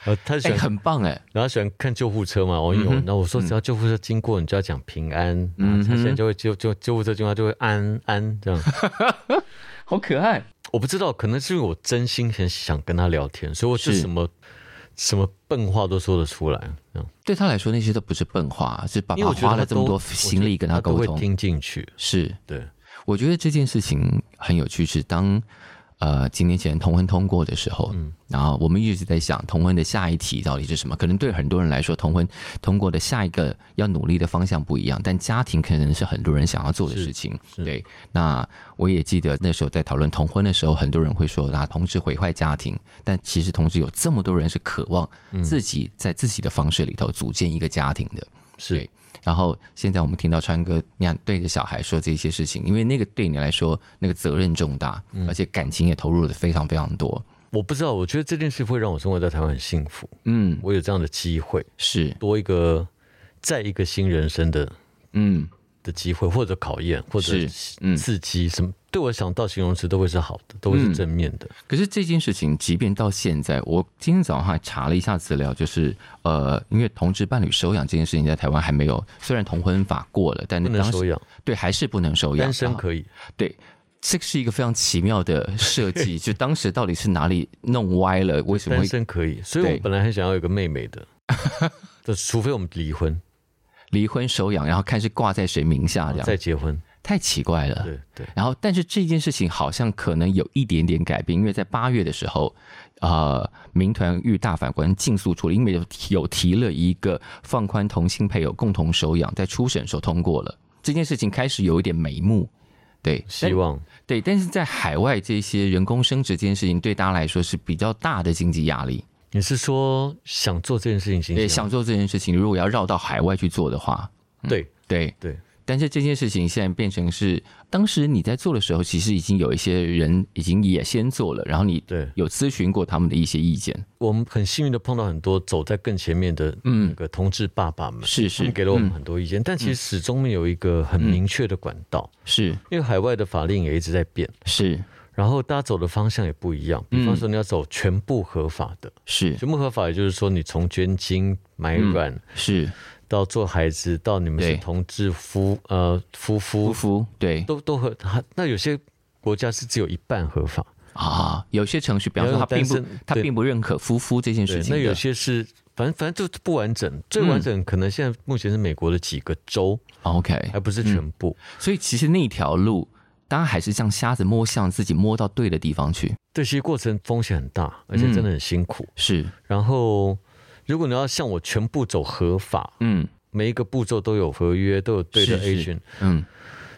然后他喜
哎、
欢，
很嗯棒 哎、
然后他喜欢看救护车嘛，我有，那、我说只要救护车经过，你就要讲平安，
嗯
然后他现在就会救救救护车经过，他就会安安这样。
好可爱，
我不知道，可能是因为我真心很想跟他聊天，所以我就是什么什么笨话都说得出来。嗯，
对他来说那些都不是笨话，是爸
因为
爸
我觉得
花
他
了这么
都
多心力跟
我觉得他都
沟
会
通，
听进去。
是。
对，
我觉得这件事情很有趣，是当呃几年前同婚通过的时候，嗯，然后我们一直在想同婚的下一题到底是什么？可能对很多人来说，同婚通过的下一个要努力的方向不一样，但家庭可能是很多人想要做的事情。对，那我也记得那时候在讨论同婚的时候，很多人会说啊，同志毁坏家庭，但其实同志有这么多人是渴望自己在自己的方式里头组建一个家庭的。
是
对然后现在我们听到川哥那样对着小孩说这些事情，因为那个对你来说那个责任重大，而且感情也投入的非常非常多。
我不知道，我觉得这件事会让我生活在台湾很幸福。
嗯，
我有这样的机会，
是，
多一个再一个新人生的
嗯，
的机会，或者考验，或者
是嗯
刺激，什么对我想到形容词都会是好的，都会
嗯
是正面的。
可是这件事情，即便到现在，我今天早上还查了一下资料，就是呃，因为同志伴侣收养这件事情在台湾还没有，虽然同婚法过了，但
不能
当
收
时
养，
对还是不啊能收养，
单身
然后
可以。
对，这是一个非常奇妙的设计，就当时到底是哪里弄歪了，为什么
单
会
身可以，所以我
对
本来很想要有个妹 妹的，但除非我们离婚
离婚收养，然后看是挂在谁名下这样？
再结婚。
太奇怪了。
对对，
然后，但是这件事情好像可能有一点点改变，因为在八月的时候，呃，民团遇大法官竞诉处理，因为有提有提了一个放宽同性配偶共同收养，在初审的时候通过了这件事情，开始有一点眉目。对，
希望
但对，但是在海外这些人工生殖这件事情，对大家来说是比较大的经济压力。
你是说想做这件事情行不
对，
行
想做这件事情，如果要绕到海外去做的话，
对
对，
对，
但是这件事情现在变成是，当时你在做的时候，其实已经有一些人已经也先做了，然后你
对
有咨询过他们的一些意见，
我们很幸运的碰到很多走在更前面的那个同志爸爸们，
嗯是
嗯他
是嗯
们给了我们很多意见，但其实始终没有一个很明确的管道，
是
因为海外的法令也一直在变，
是
然后大家走的方向也不一样。
嗯
比方说你要走全部合法的，
是
全部合法也就是说你从捐精、买卵、
是
到做孩子，到你们
嗯对
是同志夫呃夫
夫
妇，
妇对
都都合。那有些国家是只有一半合法。
啊，有些程序，比方说他并
有
不
单身
他
对
并不认可夫妇这件
对
事，情
那
的，
有些是反正反正就不完整，最
嗯
完整可能现在目前是美国的几个州，
OK，
还不是全部。
所以其实那条路，大家还是像瞎子摸象，自己摸到对的地方去，
对，其实过程风险很大，而且真
嗯
的很辛苦。
是
然后，如果你要像我全部走合法，
嗯
每一个步骤都有合约，都有对的
是是
agent，
嗯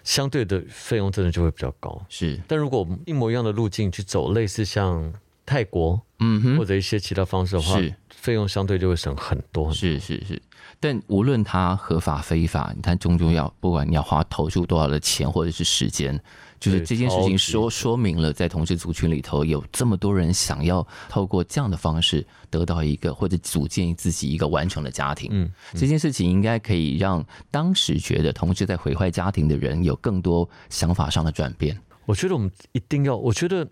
相对的费用真的就会比较高。
是
但如果我们一模一样的路径去走，类似像泰国
嗯哼
或。者一些其他方式的话
是，
费用相对就会省很多很多。
是是是，但无论它合法非法，它终究要不管你要花投注多少的钱或者是时间，就是
对
这件事
超
情
级
说说明了，在同志族群里头有这么多人想要透过这样的方式得到一个或者组建自己一个完整的家庭。
嗯，
这件事情应该可以让当时觉得同志在毁坏家庭的人有更多想法上的转变。
我觉得我们一定要，我觉得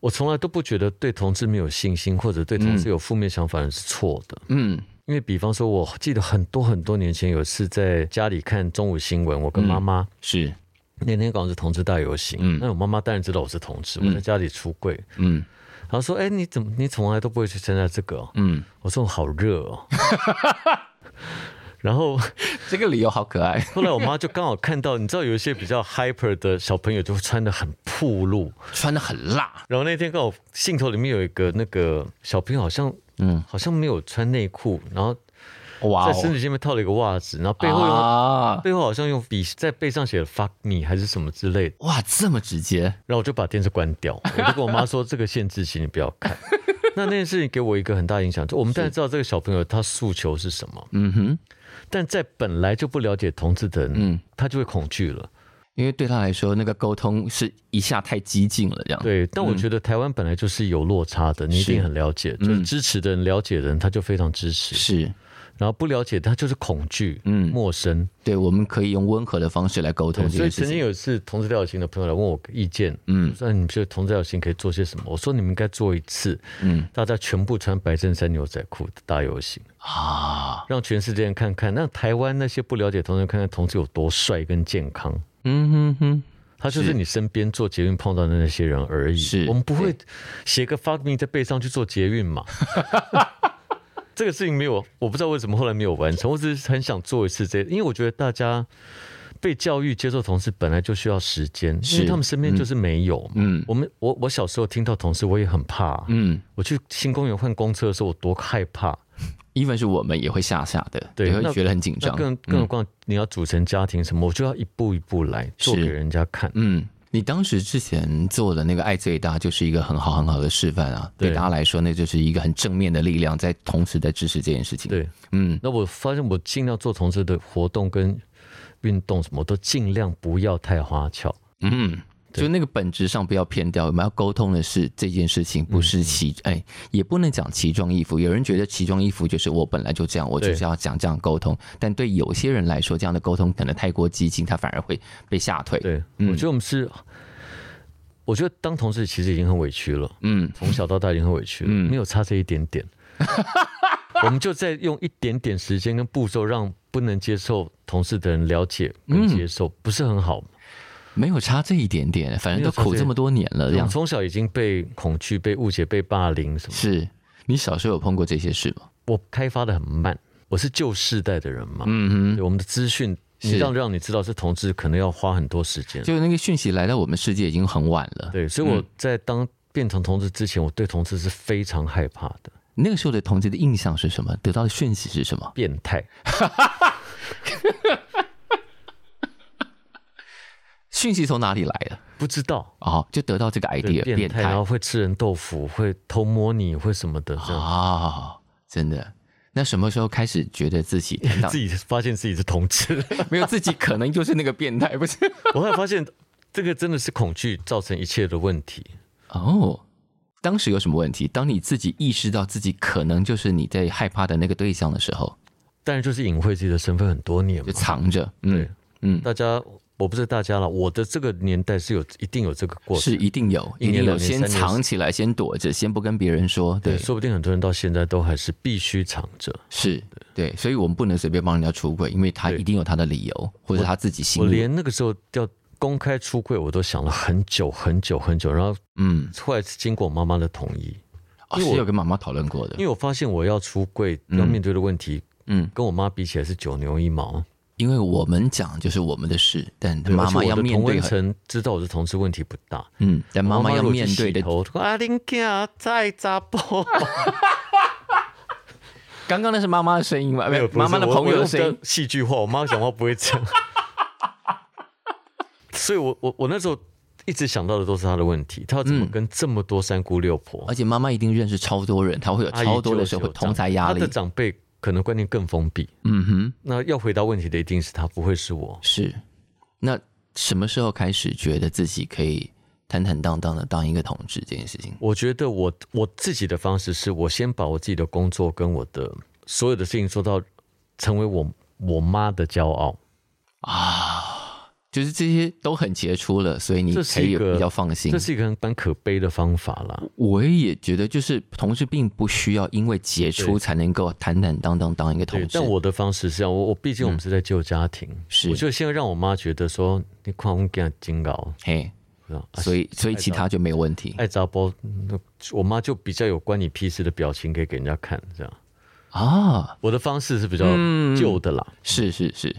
我从来都不觉得对同志没有信心，或者对同志有负面想法是错的。
嗯
因为比方说，我记得很多很多年前有一次在家里看中午新闻，我跟妈妈、
是，
那天刚好是同志大游行，
嗯
那我妈妈当然知道我是同志，我在家里出柜，
嗯
然后说：“哎、你怎么你从来都不会去参加这个、哦？”
嗯，
我说：“好热哦。”然后
这个理由好可爱，
后来我妈就刚好看到，你知道有一些比较 hyper 的小朋友就会穿的很暴露，
穿的很辣，
然后那天刚好镜头里面有一个那个小朋友好像
嗯，
好像没有穿内裤，然后
哇
在
哦，
身体下面套了一个袜子，然后背后用、
啊，
背后好像用笔在背上写了 fuck me 还是什么之类的，
哇，这么直接，
然后我就把电视关掉， 我就跟我妈说这个限制期你不要看。 那那件事情给我一个很大影响，就我们当然知道这个小朋友他诉求是什么，
嗯哼，
但在本来就不了解同志的人，
嗯，
他就会恐惧了。
因为对他来说，那个沟通是一下太激进了，这样，
对，但我觉得台湾本来就是有落差的，你一
嗯是嗯
定很了解，就是支持的人、了解的人，他就非常支持；
是，
然后不了解，他就是恐惧、
嗯，
陌生。
对，我们可以用温和的方式来沟通这
所
件
以
事
曾经
情，
有一次同志疗型的朋友来问我意见，
嗯
说哎你们觉得同志疗型可以做些什么？我说你们应该做一次，
嗯
大家全部穿白衬衫、牛仔裤的大游行，
啊，
让全世界人看看，让台湾那些不了解同志人看看同志有多帅跟健康。
嗯哼哼，
他就是
是
你身边做捷运碰到的那些人而已。
是
我们不会写个 fuck me 在背上去做捷运嘛？ 这个事情没有，我不知道为什么后来没有完成。我只是很想做一次这，因为我觉得大家被教育接受同事本来就需要时间，因为
是
他们身边就是没有嘛。
嗯
我们我我小时候听到同事，我也很怕。
嗯
我去新公园换公车的时候，我多害怕。
，even 是我们也会吓吓的，
对
也会
那
觉得很紧
那
张，嗯
更更何况你要组成家庭什么，我就要一步一步来做
是
给人家看。
嗯，你当时之前做的那个爱最大，就是一个很好很好的示范啊，
对
对大家来说，那就是一个很正面的力量，在同时在支持这件事情。，
对，
嗯，
那我发现我尽量做同志的活动跟运动什么，我都尽量不要太花俏。
嗯。
对
就那个本质上不要偏掉，我们要沟通的是这件事情，不
嗯
是奇哎、也不能讲奇装异服。有人觉得奇装异服就是我本来就这样，我
对
就是要讲这样沟通。但对有些人来说，这样的沟通可能太过激进，他反而会被吓退。
对，
嗯
我觉得我们是，我觉得当同志其实已经很委屈了，
嗯，
从小到大已经很委屈了，
嗯
没有差这一点点。我们就再用一点点时间跟步骤，让不能接受同事的人了解
嗯
跟接受，不是很好吗？
没有差这一点点，反正
没有
都
差这
苦这么多年了，
我
这样
们从小已经被恐惧、被误解、被霸凌什么。
是。你小时候有碰过这些事吗？
我开发的很慢，我是旧世代的人嘛，
嗯
对我们的资讯，
是
你让让你知道是同志，可能要花很多时间。
就嗯那个讯息来到我们世界已经很晚了。
对，所以我在当变成同志之前，我对同志是非常害怕的，
那个时候的同志的印象是什么？得到的讯息是什么？
变态。
讯息从哪里来的？
不知道，
哦，就得到这个
对，
idea，
变态，然后会吃人豆腐，会偷摸你，会什么的，这样、
哦，真的。那什么时候开始觉得 自己
自己发现自己是 同志。
没有自己可能就是那个变态， 不是？
我后来发现，这个真的是恐惧造成一切的问题。
哦，当时有什么问题？当你自己意识到自己可能就是你在害怕的那个对象的时候，
但是就是隐晦自己的身份很多年
就
嘛，
藏着，
对
嗯嗯，
大家。我不是大家了，我的这个年代是有一定有这个过程，
是一定有，
一
一
年
定有，
两年
先
三年
藏起来，先躲着，先不跟别人说，对
对，，说不定很多人到现在都还是必须藏着。
是对，所以我们不能随便帮人家出轨，因为他
对
一定有他的理由，或者他自己心
我
里，
连那个时候要公开出柜，我都想了很久很久很久，然后
嗯，
后来是经过我妈妈的同意，
哦
因为我
是有跟妈妈讨论过的
因，为我发现我要出柜要面对的问题，
嗯，
跟我妈比起来是九牛一毛。
因为我们讲就是我们的事，但
对
妈
而且
妈
我
要
的
面
同
对
温
很，
层知道我是同志，问题不大。
嗯，但妈妈要
如果去
面对
洗
的，
头，阿林家再扎波，
刚刚那是妈妈的声音吧？ 没
没
有
有， 不是
妈妈的朋友的声，
我我
音
比较，戏剧化，我妈讲话不会这样。 所以我我我那时候一直想到的都是她的问题，她要怎么
嗯
跟这么多三姑六婆
而且妈妈一定认识超多人，她会有
阿姨
超多的
舅
社
舅
会
长
同才压
他
力
的，长辈可能观念更封闭。
嗯哼，
那要回答问题的一定是他，不会是我。
是。那什么时候开始觉得自己可以坦坦荡荡的当一个同志这件事情？
我觉得我我自己的方式是我先把我自己的工作跟我的所有的事情做到，成为我我妈的骄傲。
就是这些都很杰出了，所以你
这
可
是一
以
个
比较放心
这。是一个很蛮可悲的方法啦。
我也觉得，就是同志并不需要因为杰出
对
才能够坦坦荡荡当一个同
对，
志。
但我的方式是这样，我我毕竟我们是在救家庭，
是
我就先让我妈觉得说你看我给她金搞，
嘿，
啊
所以所以其他就没有问
哎
题。
爱扎包，那我妈就比较有关你屁事的表情可以给人家看，这样。
啊，
我的方式是比较
嗯
旧的啦，
是是是，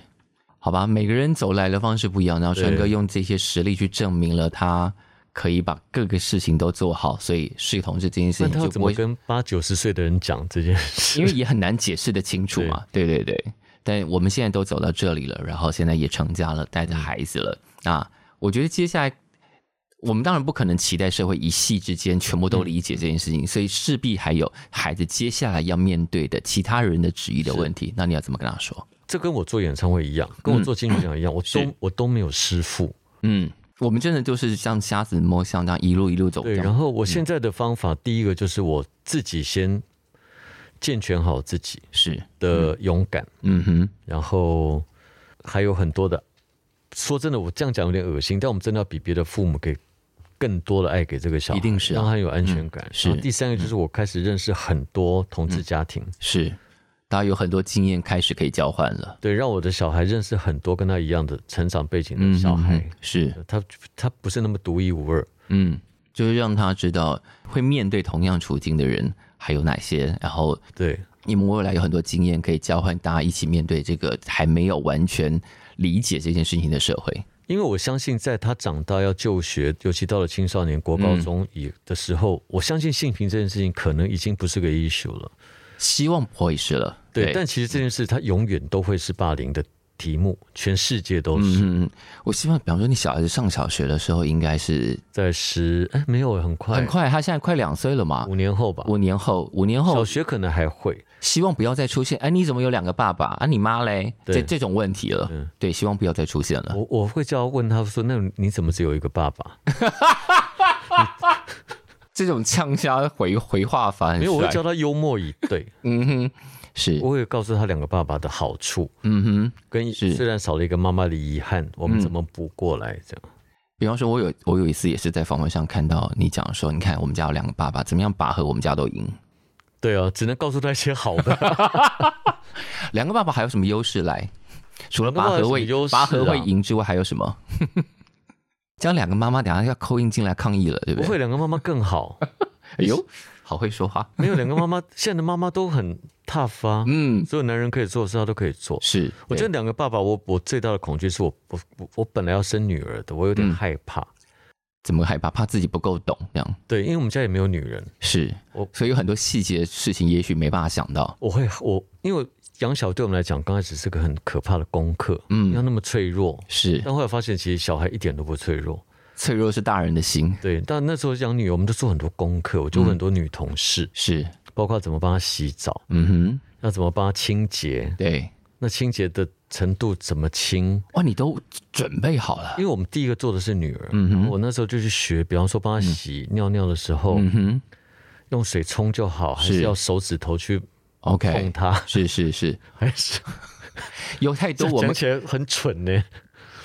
好吧，每个人走来的方式不一样，然后川哥
对
用这些实例去证明了他可以把各个事情都做好，所以视同志这件事
那
情
他要
就
怎
不
么
会，
跟八九十岁的人讲这件事？
因为也很难解释的清楚嘛，对对对。但我们现在都走到这里了，然后现在也成家了，
嗯
带着孩子了，啊，我觉得接下来。我们当然不可能期待社会一夕之间全部
嗯
都理解这件事情，所以势必还有孩子接下来要面对的其他人的质疑的问题。那你要怎么跟他说？
这跟我做演唱会一样，跟我做金曲奖一样，我都我都没有师傅。
嗯，我们真的就是像瞎子摸象这样一路一路走
对，
这
然
样。
后我现在的方法，第一个就是我自己先健全好自己
是，
的勇敢，
嗯哼，
然后还有很多的。说真的，我这样讲有点恶心，但我们真的要比别的父母给更多的爱给这个小孩，
一定是啊
让他有安全感。
是
然后第三个嗯就是我嗯开始认识很多同志家庭，
是，大家有很多经验开始可以交换了。
对，让我的小孩认识很多跟他一样的成长背景的小孩，
嗯是，
他他不是那么独一无二。
嗯，就是让他知道会面对同样处境的人还有哪些，然后
对，
你们未来有很多经验可以交换，大家一起面对这个还没有完全理解这件事情的社会。
因为我相信，在他长大要就学，尤其到了青少年、国高
嗯
中以的时候，我相信性平这件事情可能已经不是个 issue 了。
希望不会是了，
对，但其实这件事它永远都会是霸凌的题目，全世界都
嗯，
是。
嗯嗯我希望，比方说你小孩子上小学的时候，应该是
在十哎没有很快，
很快，他现在快两岁了嘛，
五年后吧，
五年后，五年后
小学可能还会。
希望不要再出现。哎，你怎么有两个爸爸啊？你妈嘞？
对
这这种问题了，
嗯
对，希望不要再出现了。
我我会叫他问他说：“那你怎么只有一个爸爸
这种呛虾回回话法？”很
因为我会
帅
教，他幽默 以对，
嗯哼，是，
我会告诉他两个爸爸的好处，
嗯哼。
跟
是
虽然少了一个妈妈的遗憾，我们怎么补过来？这
嗯
样
比方说，我有我有一次也是在访问上看到你讲说，你看我们家有两个爸爸，怎么样拔河我们家都赢。
对啊，只能告诉他一些好的。
两个爸爸还有什么优势来？除了拔
两
河
个爸爸有
会、
什么优势啊
拔河会赢之外，还有什么？ 这样两个妈妈等下要扣印进来抗议了， 对不
不
对？
会，两个妈妈更好。
哎呦，好会说话。
没有两个妈妈，现在的妈妈都很 tough 啊，
嗯，
所有男人可以做的事她都可以做。
是，
我觉得两个爸爸，我我最大的恐惧是我我我我本来要生女儿的，我有
嗯
点害怕。
怎么害怕？怕自己不够懂，这样
对，因为我们家也没有女人，
是
我，
所以有很多细节事情也许没办法想到。
我会我因为养小对我们来讲刚开始是个很可怕的功课，
嗯
要那么嗯脆弱。
是
但后来发现，其实小孩一点都不脆弱。
脆弱是大人的心，
对，但那时候养女儿，我们都做很多功课，我就问很多女同事，
是，
包括怎么帮她洗澡，
嗯哼，
要怎么帮她清洁，
对，
那清洁的程度怎么清，
哇，你都准备好了
因，为我们第一个做的是女儿，
嗯哼
然后我那时候就去学，比方说帮她洗尿尿的时候，
嗯哼
用水冲就好，还
是哎
是要手指头去碰
，OK，
它，
是是是，
还是
有太多
这
我
讲
们，
起来很蠢呢。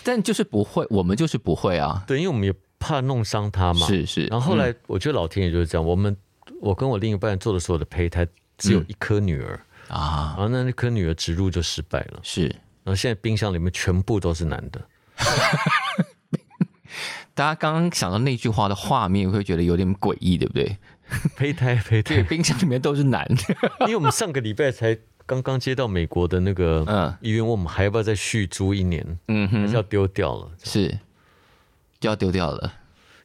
但就是不会，我们就是不会啊，
对，因为我们也怕弄伤她嘛。
是是，
然后后来我觉得老天爷就是这样，我们我跟我另一半做的所有的胚胎只有一颗女儿，
嗯啊，
然后那那颗女儿植入就失败了，
是，
然后现在冰箱里面全部都是男的。
大家刚刚想到那句话的画面，会觉得有点诡异，对不对？
胚胎胚
对，
胎，
冰箱里面都是男的，
因为我们上个礼拜才刚刚接到美国的那个
嗯
医院，问我们还要不要再续租一年，
嗯
还
哼，
是要丢掉了。
是，就要丢掉了，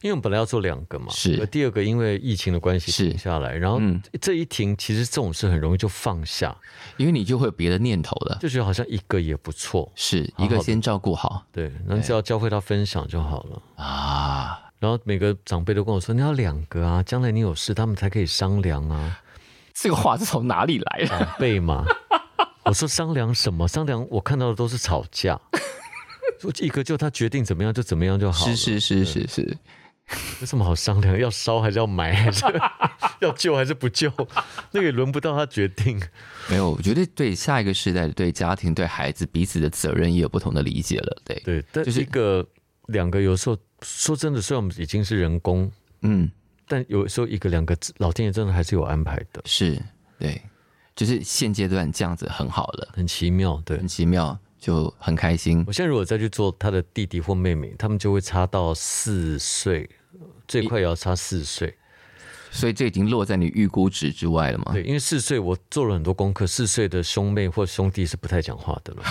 因为我们本来要做两个嘛，
是
而第二个因为疫情的关系
是嗯
停下来，然后这一停，其实这种事很容易就放下，
因为你就会有别的念头了，
就觉得好像一个也不错，
是
好
一个
好的
先照顾好
对，然后只要教会他分享就好了。
啊。
然后每个长辈都跟我说，你要两个啊，将来你有事他们才可以商量啊，
这个话是从哪里来的？
长辈嘛。我说商量什么？商量我看到的都是吵架，说一个就他决定怎么样就怎么样就 好了，
是是是是是，
有什么好商量？要烧还是要埋，还是 要救还是不救？ 那个也轮不到他决定。
没有，我觉得对下一个世代、对家庭、对孩子彼此的责任也有不同的理解了。对，
对，但
就是
一个、两个有时候说真的，虽然我们已经是人工，
嗯，
但有时候一个两个老天爷真的还是有安排的，
是，对，就是现阶段这样子很好了，
很奇妙。对
很奇妙，就很开心
我。现在如果再去做他的弟弟或妹妹，他们就会差到四岁，最快也要差四岁。
所以这已经落在你预估值之外了吗？
对，因为四岁我做了很多功课，四岁的兄妹或兄弟是不太讲话 的了，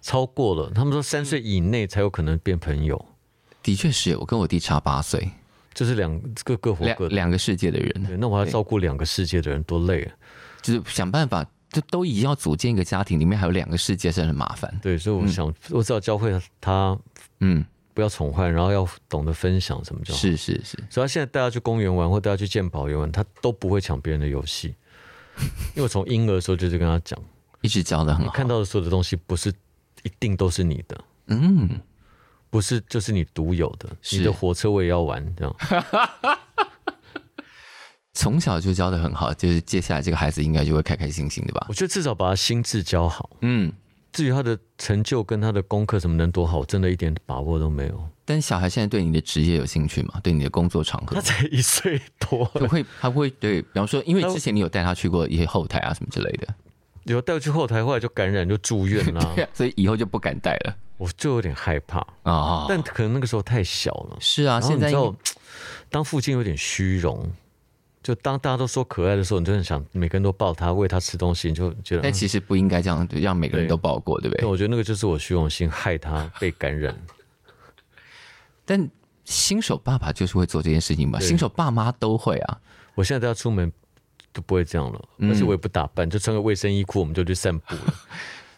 超过了。他们说三岁以内才有可能变朋友，
的确是我跟我弟差八岁，
这是两各各活
两
各的。
两个世界的人，
对，那我还要照顾两个世界的人，多累啊！
就是想办法，就都已经要组建一个家庭，里面还有两个世界，真的很麻烦。
对，所以我想，我只要教会他
嗯，
不要宠坏，然后要懂得分享什么就好。
是是是，
所以他现在带他去公园玩，或带他去健保园玩，他都不会抢别人的游 戏，因为我从婴儿的时候就是跟他讲，
一直教的很
你
好。
看到的所有的东西不是一定都是你的，
嗯，
不是就是你独有的，
是
你的火车我也要玩， 这样
从小就教的很好，就是接下来这个孩子应该就会开开心心的吧
我？觉得至少把他心智教好。
嗯，
至于他的成就跟他的功课什么能多好，我真的一点把握都没有。
但小孩现在对你的职业有兴趣吗？对你的工作场合
他？才一岁多，
就会，他会对，比方说，因为之前你有带他去过一些后台啊什么之类的，
有带去后台，后来就感染就住院 啦、
所以以后就不敢带了
我就有点害怕。
啊、
但可能那个时候太小了，
是啊，
然后
现
你
在
知道，当父亲有点虚荣，就当大家都说可爱的时候，你就很想每个人都抱他，喂他吃东西，你就觉得。
但
嗯
其实不应该这样，让每个人都报过，对不
但
对？
我觉得那个就是我虚荣心害他被感 染，
但新手爸爸就是会做这件事情吧，
对
新手爸妈都会啊。
我现在都要出门都不会这样了，
嗯
而且我也不打扮，就穿个卫生衣裤，我们就去散步了。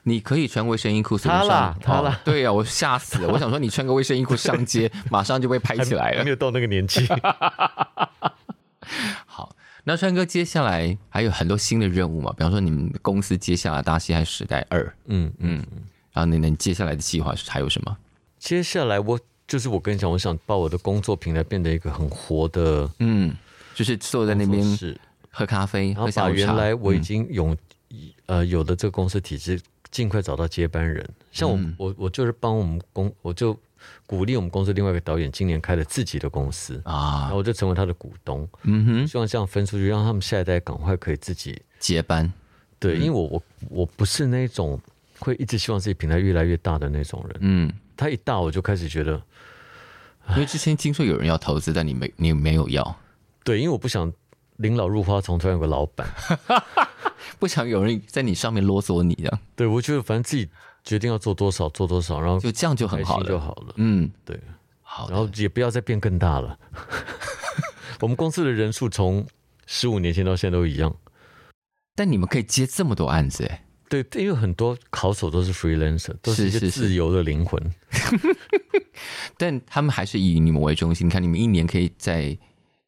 你可以穿卫生衣裤，随便
他啦
上
他啦
哦对呀、我吓死了，我想说你穿个卫生衣裤上 街，马上就被拍起来
还
了
没。有到那个 年纪。
好，那川哥接下来还有很多新的任务嘛，比方说你们公司接下来大西海时代二，
嗯嗯，
然后你们接下来的计划是还有什么？
接下来我就是我跟你讲，我想把我的工作平台变得一个很活的
嗯，就是坐在那边
工作室
喝咖啡，
然
喝
后
下
把
午茶。
原来我已经有、呃有的这个公司体制，尽快找到接班人。像我、
嗯
我我就是帮我们公，我就鼓励我们公司另外一个导演今年开了自己的公司，然
啊，
后我就成为他的股东，
嗯哼，
希望这样分出去，让他们下一代赶快可以自己
结班嗯
对，因为我我我不是那种会一直希望自己平台越来越大的那种人，
嗯，
他一大我就开始觉得
因为之前听说有人要投资，但你没你没有要，
对，因为我不想。临老入花丛，突然有个老板，
不想有人在你上面啰嗦你这啊样，
对我觉得反正自己决定要做多少做多少，然后
就这样就
开
很
心
好
就
了。
好了。
嗯，
对，
好
然后
的，
也不要再变更 大了。我们公司的人数从十五年前到现在都一样。
但你们可以接这么多案子，哎，
对，因为很多考手都是 freelancer，都是一
是
些
是是
自由的灵魂。
但他们还是以你们为中心。你看，你们一年可以在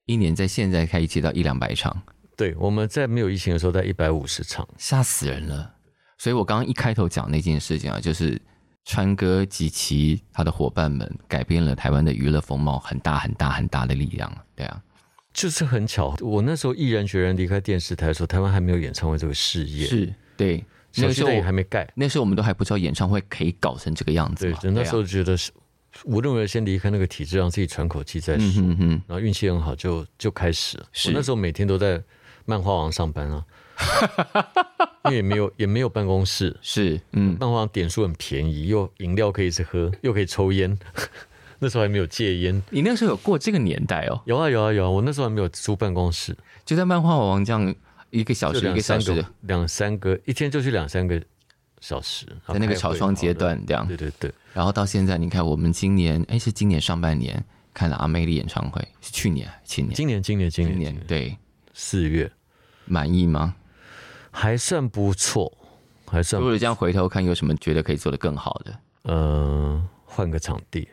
一年在现在可以接到一两百场，
对，我们在没有疫情的时候，在一百五十场，
吓死人了。所以我刚刚一开头讲那件事情啊，就是川哥及其他的伙伴们改变了台湾的娱乐风貌，很大很大很大的力量啊。对啊，
就是很巧。我那时候毅然决然离开电视台的时候，台湾还没有演唱会这个事业，
是对。那
小
个
巨
时候
蛋也还没盖。
那时候我们都还不知道演唱会可以搞成这个样子
对
嘛。，
那时候
啊，
觉得是无论如何先离开那个体制，让自己喘口气再说。
嗯哼，
然后运气很好就，就开始了。
是
我那时候每天都在漫画王 上班啊，因为也没有也没有办公室，
是，嗯，
漫画王点数很便宜，又饮料可以吃喝，又可以抽烟。 那时候还没有戒烟，
你那时候有过这个年代哦，
有啊有啊有啊，我那时候还没有租办公室，
就在漫画王这样一个小
就
时哦一
两
个小
三
时
个两三个，一天就去两三个小时，然后
在那个
开会
草创阶，段这样
讨，论对对对，
然后到现在，你看我们今年，哎，是今年上半年看了阿妹的演唱会，是去年、前年、
今年今年今
今
年
年
今年
对，
四月
满意吗？
还算不错，还算
如果这样回头看，有什么觉得可以做得更好的？
呃，换个场地，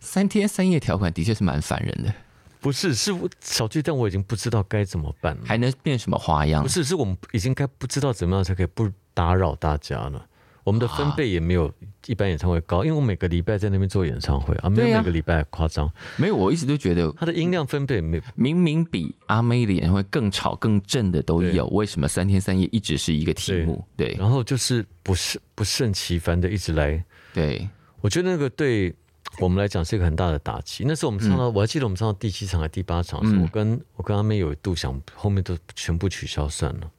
三天三夜条款的确是蛮烦人的，
不是是我小巨蛋我已经不知道该怎么办了，
还能变什么花样
不？是是我们已经该不知道怎么样才可以不打扰大家了。我们的分
啊
贝也没有一般演唱会高，因为我每个礼拜在那边做演唱会啊，没
对
有
呀
每个礼拜夸张，
没有，我一直都觉得
它的音量分贝也没有
明明比阿妹的演唱会更吵、更正的都
对嗯
有，为什么三天三夜一直是一个题目？对
然后就是不是不胜其烦的一直来，
对，
我觉得那个对我们来讲是一个很大的打击。那时候我们唱到，
嗯
我还记得我们唱到第七场还是第八场的时候，我跟我跟阿妹有一度想后面都全部取消算了，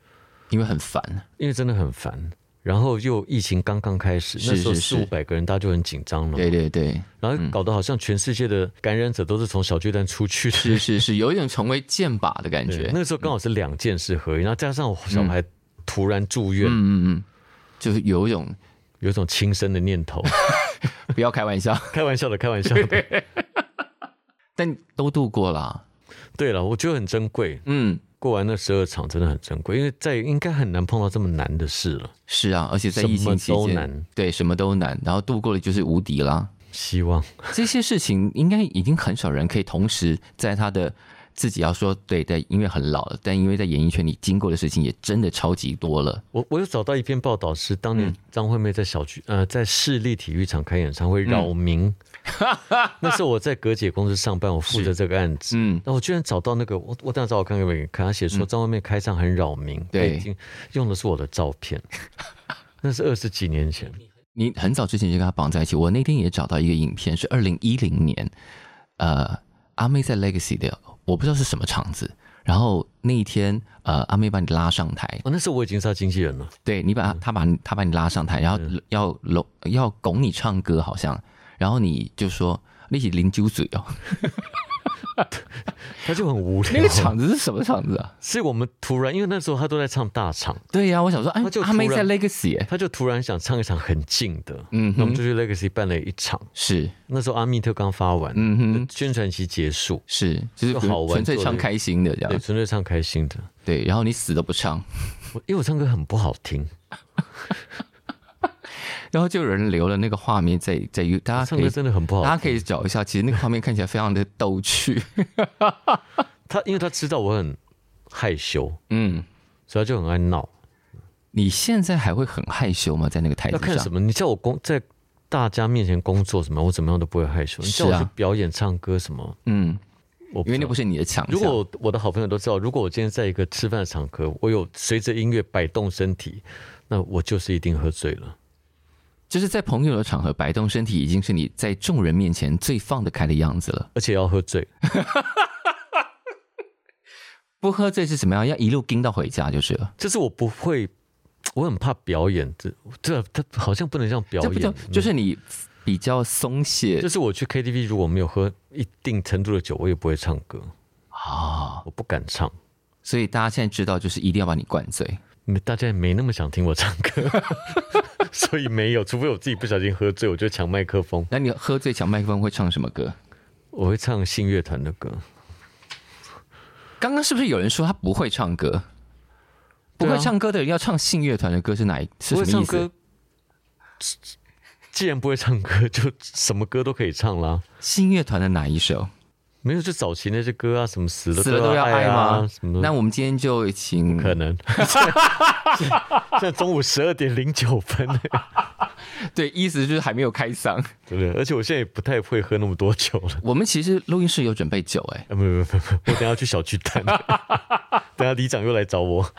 因为很烦。
因为真的很烦。然后又疫情刚刚开始，
是
那时候
是是
四五百个人，大家就很紧张了。
对嗯对对，
然后搞得好像全世界的感染者都是从小巨蛋出去的。
是是是，有一种成为箭靶的感
对
觉。
那个时候刚好是两件事合一，然后加上我小孩突然住院，
嗯嗯嗯嗯，就是有一种
有一种轻生的 念头。
不要开玩 笑，
开玩笑的，开玩笑 的。
但都度过了。啊
对了，我觉得很珍贵，
嗯，
过完那十二场真的很珍贵，因为在应该很难碰到这么难的事了。
是啊，而且在
什
疫情
么
期
都
间
难，
对什么都难，然后度过了就是无敌啦。
希望
这些事情应该已经很少人可以同时在他的自己要说对，在因为很老了，但因为在演艺圈里经过的事情也真的超级多了。
我我有找到一篇报道，是当
嗯
年张惠妹在小区、呃在市立体育场开演唱会扰民，
嗯
那时候我在葛姐公司上班，我负责这个案子。
嗯，
那我居然找到那个，我我等下找我看给你看，他写说张惠妹开唱很扰民，
对
被禁用的是我的照片， 那是二十几年前，
你很早之前就跟他绑在一起。我那天也找到一个影片，是二零一零年，呃，阿妹在 Legacy 的，我不知道是什么场子。然后那一天，呃，阿妹把你拉上台，
哦，那时候我已经是他经纪人了，
对你把他他把你他把你拉上台，然后要搂要拱你唱歌，好像，然后你就说你起零酒嘴哦，
他就很无聊。
那个场子是什么场子啊？
是我们突然，因为那时候他都在唱大场，
对呀、我想说，哎
他就，
阿妹
突
在
然
Legacy，耶
他就突然想唱一场很近的，
嗯
那我
哼，
们就去 Legacy 办了一场。
是，
那时候阿密特刚发完，
嗯哼，
宣传期结束，
是，就是
就好玩
纯粹
做
唱
这个
开心的这
对，
样，
纯粹唱开心的。
对，然后你死都不唱，
我因为我唱歌很不好听，
然后就有人留了那个画面在在 You，大家
唱
可
歌
以
哦真的很不
大
好
家可以找一下，其实那个画面看起来非常的逗趣，
他因为他知道我很害羞，
嗯，
所以他就很爱闹。
你现在还会很害羞吗？在那个台
要
子
看什
上？
么？你叫我工在大家面前工作什么，我怎么样都不会害羞。你
是
叫
啊
我去表演、唱歌什么，
嗯，
我
因为那
不
不
知
是
道。
你的强项。
如果我的好朋友都知道，如果我今天在一个吃饭的场合，我有随着音乐摆动身体，那我就是一定喝醉了。
就是在朋友的场合摆动身体，已经是你在众人面前最放得开的样子了。
而且要喝醉，
不喝醉是怎么样？要一路盯到回家就是了。
就是我不会，我很怕表演，这这他好像不能像表
这不
演
就，就是你比较松懈
就是我去 KTV 如果没有喝一定程度的酒，我也不会唱歌，
啊、
我不敢唱，
所以大家现在知道，就是一定要把你灌醉。
没大家也没那么想听我唱歌， 所以没有，除非我自己不小心喝醉，我就抢麦克风，
那你喝醉抢麦克风会唱什么歌？
我会唱信乐团的歌，
刚刚是不是有人说他不会唱歌？不
对啊
会唱歌的人要唱信乐团的歌是哪一？是
不会
什么
唱
意思
歌？。既然不会唱歌，就什么歌都可以唱啦。
信乐团的哪一首？
没有，就早期那些歌啊，什么死了
死了都要
爱
爱
啊，
吗
什么
那我们今天就请
可能。 现在中午十二点零九 分，
对，意思就是还没有开 嗓。
对不对？而且我现在也不太会喝那么多酒了。
我们其实录音室有准备酒、哎。
啊，没有没有没有，我等一下去小巨 蛋，等一下里长又来找我。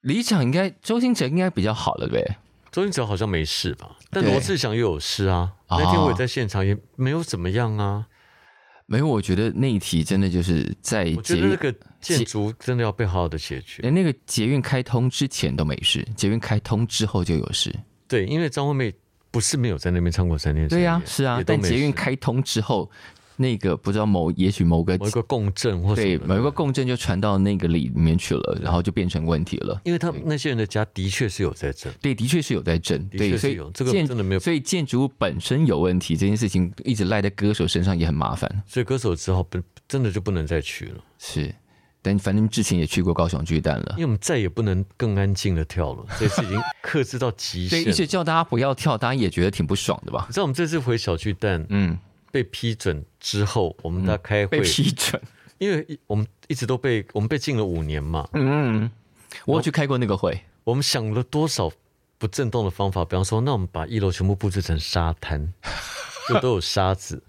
李长应该周星哲应该比较好了呗，
周星哲好像没事吧？但
对
罗志祥又有事啊。
哦
那天我也在现场，也没有怎么样啊。
没有，我觉得那一题真的就是在
我
捷
觉得那
运，哎
个建筑真的要被好好的解决。
连那个捷运开通之前都没事，捷运开通之后就有事。
对，因为张惠妹不是没有在那边唱过三天三
对
夜，
呀、是啊
也，都
但
没
捷运
事
开通之后，那个不知道某也许某个
某一个共振或什
对
么的
某一个共振就传到那个里面去了，然后就变成问题了。
因为他那些人的家的确是有在震，
对，的确是有在震，
的确
对，所
是
以
有这个
建
真的没有，
所以建筑物本身有问题这件事情一直赖在歌手身上也很麻烦。
所以歌手只好不真的就不能再去了，
是，但反正之前也去过高雄巨蛋了
因。为我们再也不能更安静的 跳了，这次已经克制到极
对，
限
一直
了。
叫大家不要跳，大家也觉得挺不爽的吧
你？知道我们这次回小巨蛋
嗯，
被批准之后，我们大家开会
被，批准。
因为一我们一直都被我们被禁了五年嘛，
嗯，我有去开过那个会，
我们想了多少不震动的方法，比方说，那我们把一楼全部布置成沙 滩，就都有沙子。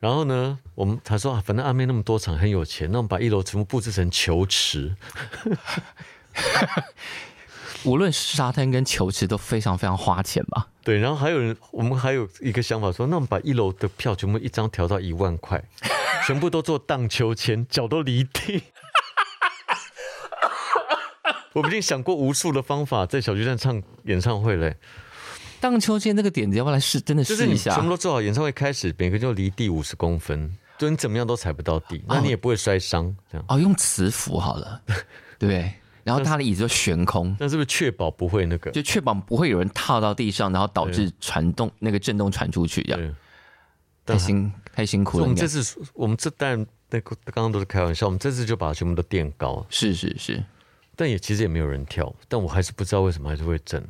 然后呢，我们他说啊，反正阿妹那么多场很有钱，那我们把一楼全部布置成球池，
无论是沙滩跟球池都非常非常花钱吧？
对，然后还有人，我们还有一个想法说，那我们把一楼的票全部一张调到一万块，全部都做荡秋千，脚都离地。 我们已经想过无数的方法在小巨蛋唱演唱会嘞、
荡秋千那个点子要不要来试？真的
就是
试一
你
下
全部。都做好，演唱会开始，每个人就离地五十公分，就你怎么样都踩不到地，那你也不会摔伤，这样。
哦，用磁浮好了， 对。然后他的椅子就悬空，
那是不是确保不会那个？
就确保不会有人踏到地上，然后导致传动那个震动传出去，这样
对，
太辛太辛苦
所
了。
以我
应
们
该
这次，我们这当然那个刚刚都是开玩笑，我们这次就把它全部都垫高，
是是是，
但也其实也没有人跳，但我还是不知道为什么还是会震，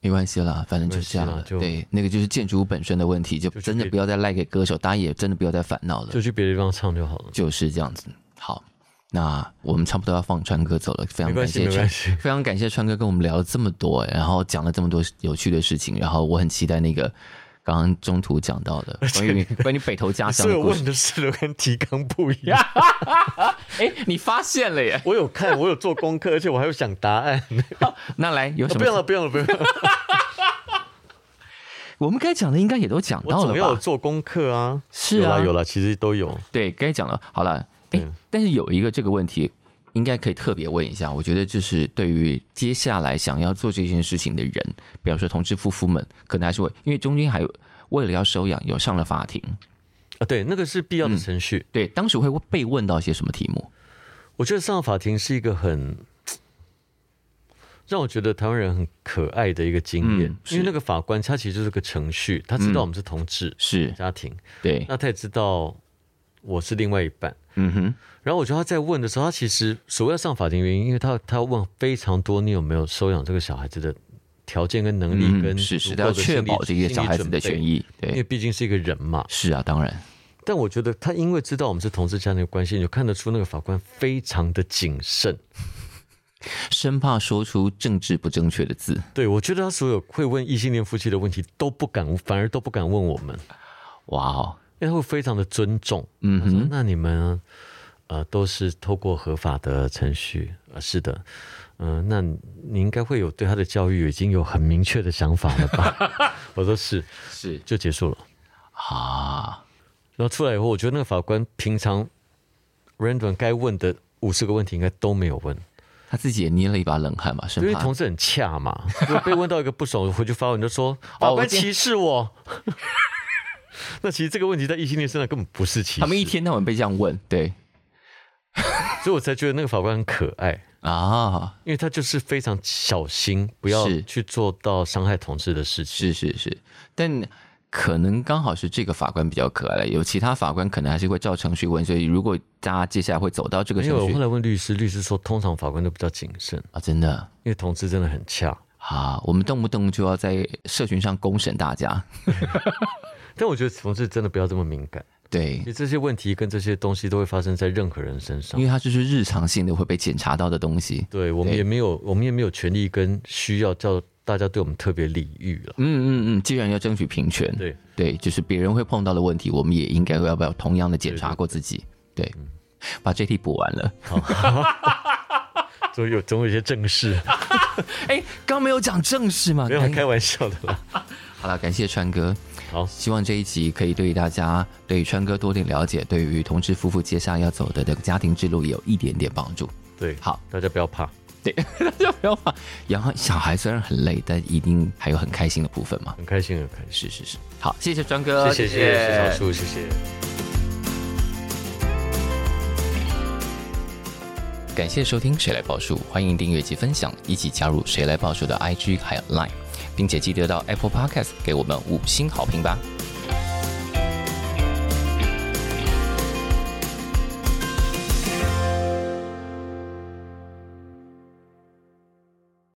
没关系啦，反正就是这样
没
了。
关系啦就
对，那个就是建筑物本身的问题，就
就
真的
可以
不要再赖给歌手，大家也真的不要再烦恼了，
就去别的地方唱就好了。
就是这样子。好，那我们差不多要放川哥走了，非常
没关
感
系
谢
没
川
关系
非常感谢川哥跟我们聊了这么多，然后讲了这么多有趣的事情，然后我很期待那个刚刚中途讲到 的关于关于北投家乡
所以
的
我
故事
啊问。的事都跟提纲不一样。
哎、你发现了耶？
我有看，我有做功课，而且我还有想答案。
那来有什
不
么？
用了，不用了，不用了。
我们该讲的应该也都讲
我
到
总要
了
有
吧？
做功课啊。
是啊
有啦有啦，其实都有。
对，该讲了。好了，哎、
对
但是有一个这个问题，应该可以特别问一下。我觉得就是对于接下来想要做这件事情的人，比方说同志夫妇们，可能还是会，因为中间还有为了要收养，有上了法庭。
啊，对，那个是必要的程序。
对，当时会被问到些什么题目？
我觉得上法庭是一个很让我觉得台湾人很可爱的一个经验，
嗯是
因为那个法官他其实就是个程序，他知道我们是同志、
是
家庭，
对，
那他也知道我是另外一半。
嗯哼，
然后我觉得他在问的时候，他其实所谓要上法庭原因，因为他他要问非常多你有没有收养这个小孩子的条件跟能力跟、
嗯，是是，要确保这些小孩子的权。益。
因为
对，
毕竟是一个人嘛，
是啊，当然，
但我觉得他因为知道我们是同志家庭的关系，你就看得出那个法官非常的谨慎。
生怕说出政治不正确的字。
对，我觉得他所有会问异性恋夫妻的问题都不敢，反而都不敢问我们，
哇哦，
因为他会非常的尊重。
嗯
他说
哼，
那你们呃都是透过合法的程序，呃是的，嗯、那你应该会有对他的教育已经有很明确的想法了吧？ 我说是，
是
就结束了。
啊，
然后出来以后，我觉得那个法官平常 Random 该问的五十个问题应该都没有问，
他自己也捏了一把冷汗嘛，
因
生
为
怕
同事很恰嘛，就被问到一个不爽，我回去发文 就说法
我
官
见
歧视我。 那其实这个问题在异性恋身上根本不是歧视，
他们一，天到晚被这样问。对
所以我才觉得那个法官很可爱，
啊，
因为他就是非常小心，不要
是
去做到伤害同事的事情。
是是是，但。可能刚好是这个法官比较可爱了，有其他法官可能还是会照程序问，所以如果大家接下来会走到这个
没有，
程
我
序
后来问律师，律师说通常法官都比较谨慎，
啊，真的
因为同志真的很恰。
啊，我们动不动就要在社群上公审大家，
但我觉得同志真的不要这么敏感，
对
其，实这些问题跟这些东西都会发生在任何人身上
因。为它就是日常性的会被检查到的东西。
对我们也没有，我们也没有权利跟需要叫大家对我们特别礼遇了。
嗯嗯嗯，既然要争取平权，
对，
对，就是别人会碰到的问题，我们也应该要不要同样的检查过自己？对，把这题补完了。
所以有总有一些正事，
哎，刚没有讲正事嘛？
没有
感
开玩笑的啦。
好了，感谢川哥，
好，
希望这一集可以对大家对于川哥多点了解，对于同志夫妇接下来要走的这个家庭之路也有一点点帮 助。
对，
好，
大家不要怕，
不要怕，养好啊小孩虽然很累，但一定还有很开心的部分嘛。
很开心，很开
是
心。
是是，好，谢谢川哥，
谢谢谢谢小叔，谢谢。
感谢收听《谁来报数》，欢迎订阅及分享，一起加入《谁来报数》的 IG 还有 Line，并且记得到 Apple Podcast 给我们五星好评吧。